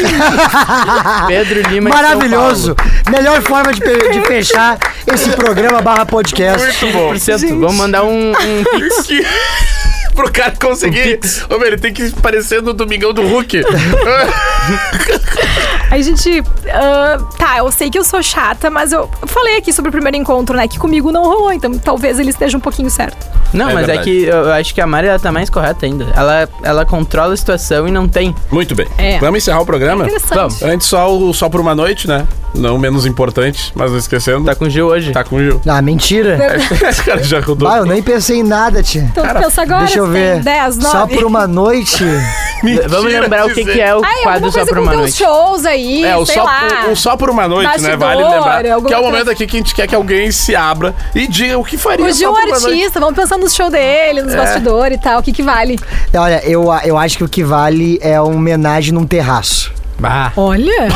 Speaker 3: Pedro Lima de São
Speaker 4: Maravilhoso.
Speaker 3: Paulo.
Speaker 4: Melhor forma de, pe- de fechar esse programa barra podcast.
Speaker 2: Muito bom.
Speaker 3: 15%. Vamos mandar um, um pix.
Speaker 2: Que- Pro cara
Speaker 3: Um
Speaker 2: conseguir. Ô, meu, ele tem que parecer no Domingão do Hulk.
Speaker 5: Aí, gente, ah, tá, eu sei que eu sou chata, mas eu falei aqui sobre o primeiro encontro, né? Que comigo não rolou, então talvez ele esteja um pouquinho certo.
Speaker 3: Não,
Speaker 2: É
Speaker 3: mas é
Speaker 2: verdade.
Speaker 3: que eu acho que a Mari ela tá mais correta ainda. Ela, ela controla a situação e não tem.
Speaker 2: Muito bem.
Speaker 5: É.
Speaker 2: Vamos encerrar o programa?
Speaker 5: Interessante.
Speaker 2: Antes, só, o, só por uma noite, né? Não menos importante, mas não esquecendo.
Speaker 3: Tá com o Gil hoje.
Speaker 2: Tá com o Gil.
Speaker 4: Ah, mentira.
Speaker 2: Esse cara já rodou.
Speaker 4: Ah, eu nem pensei em nada, tia.
Speaker 5: Então tu pensa agora,
Speaker 4: Deixa eu
Speaker 5: se tem
Speaker 4: ver.
Speaker 5: 10, 9.
Speaker 4: Só por uma noite.
Speaker 2: Mentira,
Speaker 3: Vamos lembrar o que, que é o
Speaker 5: Ai,
Speaker 3: quadro
Speaker 5: alguma
Speaker 3: só
Speaker 5: coisa
Speaker 3: por
Speaker 5: com
Speaker 3: uma
Speaker 5: teus
Speaker 3: noite.
Speaker 5: shows aí,
Speaker 2: É, o
Speaker 5: sei
Speaker 2: só,
Speaker 5: lá.
Speaker 2: por, o só por uma noite, né?
Speaker 5: Bastidor,
Speaker 2: Vale lembrar.
Speaker 5: alguma
Speaker 2: Que é o
Speaker 5: coisa. assim.
Speaker 2: momento aqui que a gente quer que alguém se abra e diga o que faria.
Speaker 5: O
Speaker 2: só
Speaker 5: Gil é
Speaker 2: por
Speaker 5: um
Speaker 2: uma noite.
Speaker 5: artista, vamos pensar nos shows dele, nos bastidores e tal, o que que vale.
Speaker 4: Olha, eu, a- eu acho que o que vale é uma homenagem num terraço.
Speaker 3: Bah.
Speaker 5: Olha,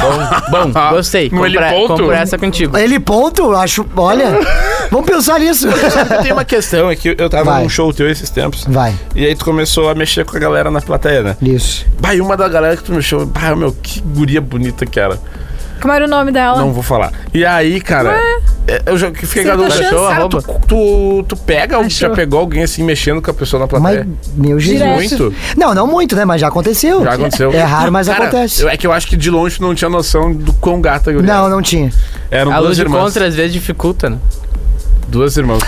Speaker 3: Bom, gostei.
Speaker 2: No
Speaker 3: Compra,
Speaker 2: heliponto?
Speaker 3: compro essa contigo.
Speaker 4: Ele ponto, eu acho. Olha, vamos pensar nisso.
Speaker 2: Tem uma questão aqui. Eu tava
Speaker 4: Vai.
Speaker 2: num show teu esses tempos.
Speaker 4: Vai,
Speaker 2: E aí tu começou a mexer com a galera na plateia, né?
Speaker 4: isso.
Speaker 2: Bah, e uma da galera que tu mexeu, bah, meu, que guria bonita que era.
Speaker 5: como era o nome dela?
Speaker 2: Não vou falar. E aí, cara, é, eu já que fiquei
Speaker 5: Ah. Você
Speaker 2: gadão
Speaker 5: tá
Speaker 2: da
Speaker 5: achando?
Speaker 2: show, cara,
Speaker 3: Arroba.
Speaker 2: tu, tu, tu pega, ou já
Speaker 5: Achou.
Speaker 2: pegou alguém assim mexendo com a pessoa na plateia?
Speaker 4: Mas, meu Jesus.
Speaker 2: Direto. Muito?
Speaker 4: Não, não muito, né? Mas já aconteceu.
Speaker 2: Já aconteceu.
Speaker 4: É raro, mas
Speaker 2: Cara,
Speaker 4: acontece.
Speaker 2: eu- É que eu acho que de longe tu não tinha noção do quão gata eu
Speaker 4: Não, não tinha.
Speaker 2: Eram
Speaker 3: A
Speaker 2: duas
Speaker 3: luz de
Speaker 2: irmãs.
Speaker 3: contra às vezes dificulta, né?
Speaker 2: Duas irmãs.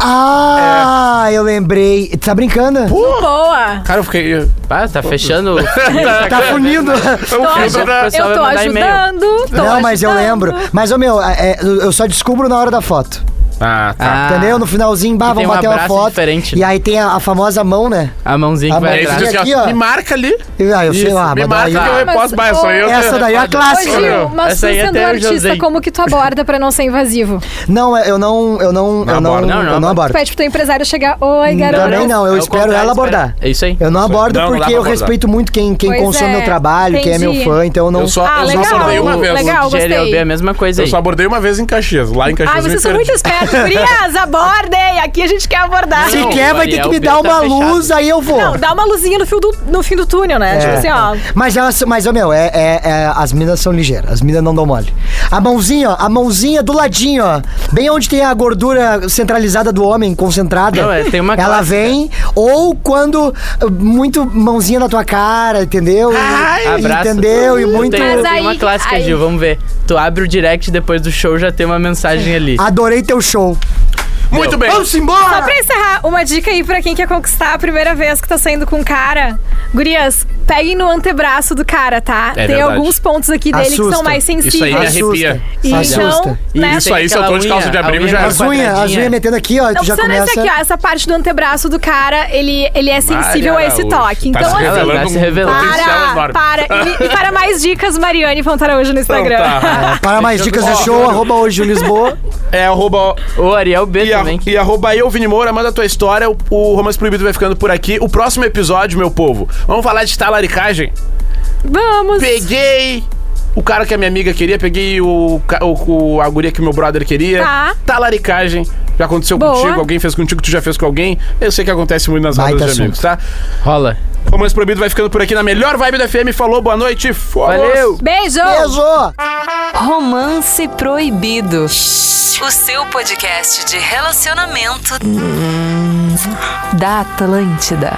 Speaker 4: Ah, eu lembrei. Tá brincando?
Speaker 5: Boa!
Speaker 2: Cara, eu fiquei.
Speaker 3: Ah, tá fechando. o-
Speaker 4: Tá funindo.
Speaker 2: Eu
Speaker 5: Tô
Speaker 2: fiquei
Speaker 5: achando-
Speaker 2: pra...
Speaker 3: pessoal
Speaker 5: eu tô
Speaker 3: vai mandar e-mail.
Speaker 5: ajudando, tô
Speaker 4: Não, mas eu
Speaker 5: ajudando.
Speaker 4: lembro. Mas, ô meu, é, é, eu só descubro na hora da foto.
Speaker 2: Ah, tá.
Speaker 3: Ah,
Speaker 4: Entendeu? No finalzinho, bah,
Speaker 3: que tem
Speaker 4: vamos
Speaker 3: um
Speaker 4: bater uma
Speaker 3: abraço
Speaker 4: foto.
Speaker 3: diferente,
Speaker 4: E
Speaker 3: né?
Speaker 4: aí tem a, a famosa mão, né?
Speaker 3: A mãozinha
Speaker 4: A
Speaker 5: Ah,
Speaker 3: que vai
Speaker 2: Aí tu
Speaker 4: mãozinha.
Speaker 3: atrás.
Speaker 2: disse assim,
Speaker 4: aqui,
Speaker 2: ó,
Speaker 4: ó.
Speaker 2: me marca ali.
Speaker 4: E, ah, eu sei
Speaker 2: Isso,
Speaker 4: lá,
Speaker 2: me
Speaker 4: mas
Speaker 2: marca
Speaker 4: daí-
Speaker 2: que eu
Speaker 5: Ah, Mas-
Speaker 2: reposto. Bah, isso aí eu.
Speaker 4: Essa daí é a
Speaker 5: Ô,
Speaker 4: clássica. né?
Speaker 5: Gil, mas tu
Speaker 3: Essa aí
Speaker 5: sendo
Speaker 3: até eu já
Speaker 5: artista,
Speaker 3: usei.
Speaker 5: como que tu aborda pra não ser invasivo?
Speaker 4: Não, é, eu não. Eu não.
Speaker 2: Não
Speaker 4: eu não,
Speaker 2: aborda.
Speaker 4: não,
Speaker 3: Não, não
Speaker 4: eu não
Speaker 5: Tu
Speaker 4: abordo.
Speaker 5: pede pro teu empresário chegar, oi, garoto.
Speaker 4: Hum, Também não, eu
Speaker 3: É o
Speaker 4: espero
Speaker 3: contrário, espera.
Speaker 4: ela abordar.
Speaker 3: É isso aí.
Speaker 4: Eu não abordo
Speaker 2: Não, não dá
Speaker 4: porque
Speaker 2: pra
Speaker 4: eu
Speaker 2: abordar.
Speaker 4: respeito muito quem, quem
Speaker 5: Pois
Speaker 4: consome
Speaker 5: é,
Speaker 4: meu trabalho, quem é meu
Speaker 5: entendi.
Speaker 4: fã, então eu não.
Speaker 2: Eu só,
Speaker 5: Ah,
Speaker 2: eu só
Speaker 5: legal,
Speaker 2: abordei uma
Speaker 4: né?
Speaker 2: vez.
Speaker 5: legal,
Speaker 3: o GLB
Speaker 5: gostei.
Speaker 3: é a mesma coisa
Speaker 2: Eu
Speaker 3: aí.
Speaker 2: só abordei uma vez em Caxias. Lá em Caxias.
Speaker 5: Ai, tá
Speaker 2: eu me
Speaker 5: vocês são
Speaker 2: perdi.
Speaker 5: muito espertos, gurias, abordem! Aqui a gente quer abordar.
Speaker 4: Se
Speaker 3: Não,
Speaker 4: quer, vai ter
Speaker 3: Ariel,
Speaker 4: que me
Speaker 3: o
Speaker 4: dar
Speaker 3: Pedro
Speaker 4: uma
Speaker 3: tá fechado.
Speaker 4: luz, aí eu vou.
Speaker 5: Não, dá uma luzinha no, fio do- no fim do túnel,
Speaker 4: É.
Speaker 5: né? Tipo assim, ó.
Speaker 4: Mas, elas, mas ô, meu, é, é- é- as minas são ligeiras, as minas não dão mole. A mãozinha, ó, a mãozinha do ladinho, ó. Bem onde tem a gordura centralizada do homem, concentrada.
Speaker 3: Não, é, tem uma
Speaker 4: Ela
Speaker 3: clássica.
Speaker 4: vem, ou quando uh, muito mãozinha na tua cara, entendeu? E-
Speaker 3: Abraço.
Speaker 4: Entendeu? E
Speaker 3: Eu
Speaker 4: muito.
Speaker 3: tenho, eu
Speaker 5: Mas é-
Speaker 3: tenho
Speaker 5: aí-
Speaker 3: uma clássica,
Speaker 5: aí-
Speaker 3: Gil, vamos ver. Tu abre o direct depois do show, já tem uma mensagem ali.
Speaker 5: Ah,
Speaker 4: Adorei teu show.
Speaker 2: Muito bem.
Speaker 4: Vamos
Speaker 5: Só
Speaker 4: embora!
Speaker 5: pra encerrar, uma dica aí pra quem quer conquistar a primeira vez que tá saindo com um cara. Gurias, peguem no antebraço do cara,
Speaker 3: É
Speaker 5: tá? Tem
Speaker 2: verdade.
Speaker 5: alguém alguns pontos aqui dele que
Speaker 4: Assusta.
Speaker 5: são mais sensíveis.
Speaker 2: Isso aí me
Speaker 4: Assusta.
Speaker 2: arrepia.
Speaker 5: E
Speaker 4: Assusta.
Speaker 5: Então, né?
Speaker 2: Isso aí, se eu tô de calça de abrigo, já é.
Speaker 4: As unhas, as unhas metendo aqui, ó,
Speaker 5: Não
Speaker 4: tu já
Speaker 5: precisa nem ser
Speaker 4: começa.
Speaker 5: então, aqui, ó. Essa parte do antebraço do cara, ele, ele é sensível a esse toque.
Speaker 2: Tá
Speaker 5: Então,
Speaker 2: se
Speaker 5: assim,
Speaker 2: revelando
Speaker 3: tá se
Speaker 2: um
Speaker 3: revelando.
Speaker 2: potencial
Speaker 5: para,
Speaker 2: enorme. tá.
Speaker 5: para. E, e para mais dicas, Mariane Fontaraújo no
Speaker 2: Então
Speaker 5: Instagram.
Speaker 2: tá.
Speaker 4: Para mais dicas do show, arroba hoje o Lisboa.
Speaker 2: É arroba.
Speaker 3: O Ariel B
Speaker 2: E, a,
Speaker 3: também. que-
Speaker 2: e arroba eu, Vini Moura, manda a tua história. O, o Romance Proibido vai ficando por aqui. O próximo episódio, meu povo, vamos falar de talaricagem?
Speaker 5: Vamos!
Speaker 2: Peguei o cara que a minha amiga queria, peguei o, ca- o, o- a guria que meu brother queria.
Speaker 5: Tá.
Speaker 2: Talaricagem. Já aconteceu
Speaker 5: Boa.
Speaker 2: contigo, alguém fez contigo, tu já fez com alguém. Eu sei que acontece muito nas
Speaker 4: Baita
Speaker 2: rodas de
Speaker 4: assunto.
Speaker 2: amigos, tá?
Speaker 3: Rola.
Speaker 2: Romance Proibido vai ficando por aqui na melhor vibe da FM. Falou, boa noite. Fomos.
Speaker 3: Valeu!
Speaker 5: Beijo!
Speaker 4: Beijo!
Speaker 1: Romance Proibido. O seu podcast de relacionamento da Atlântida.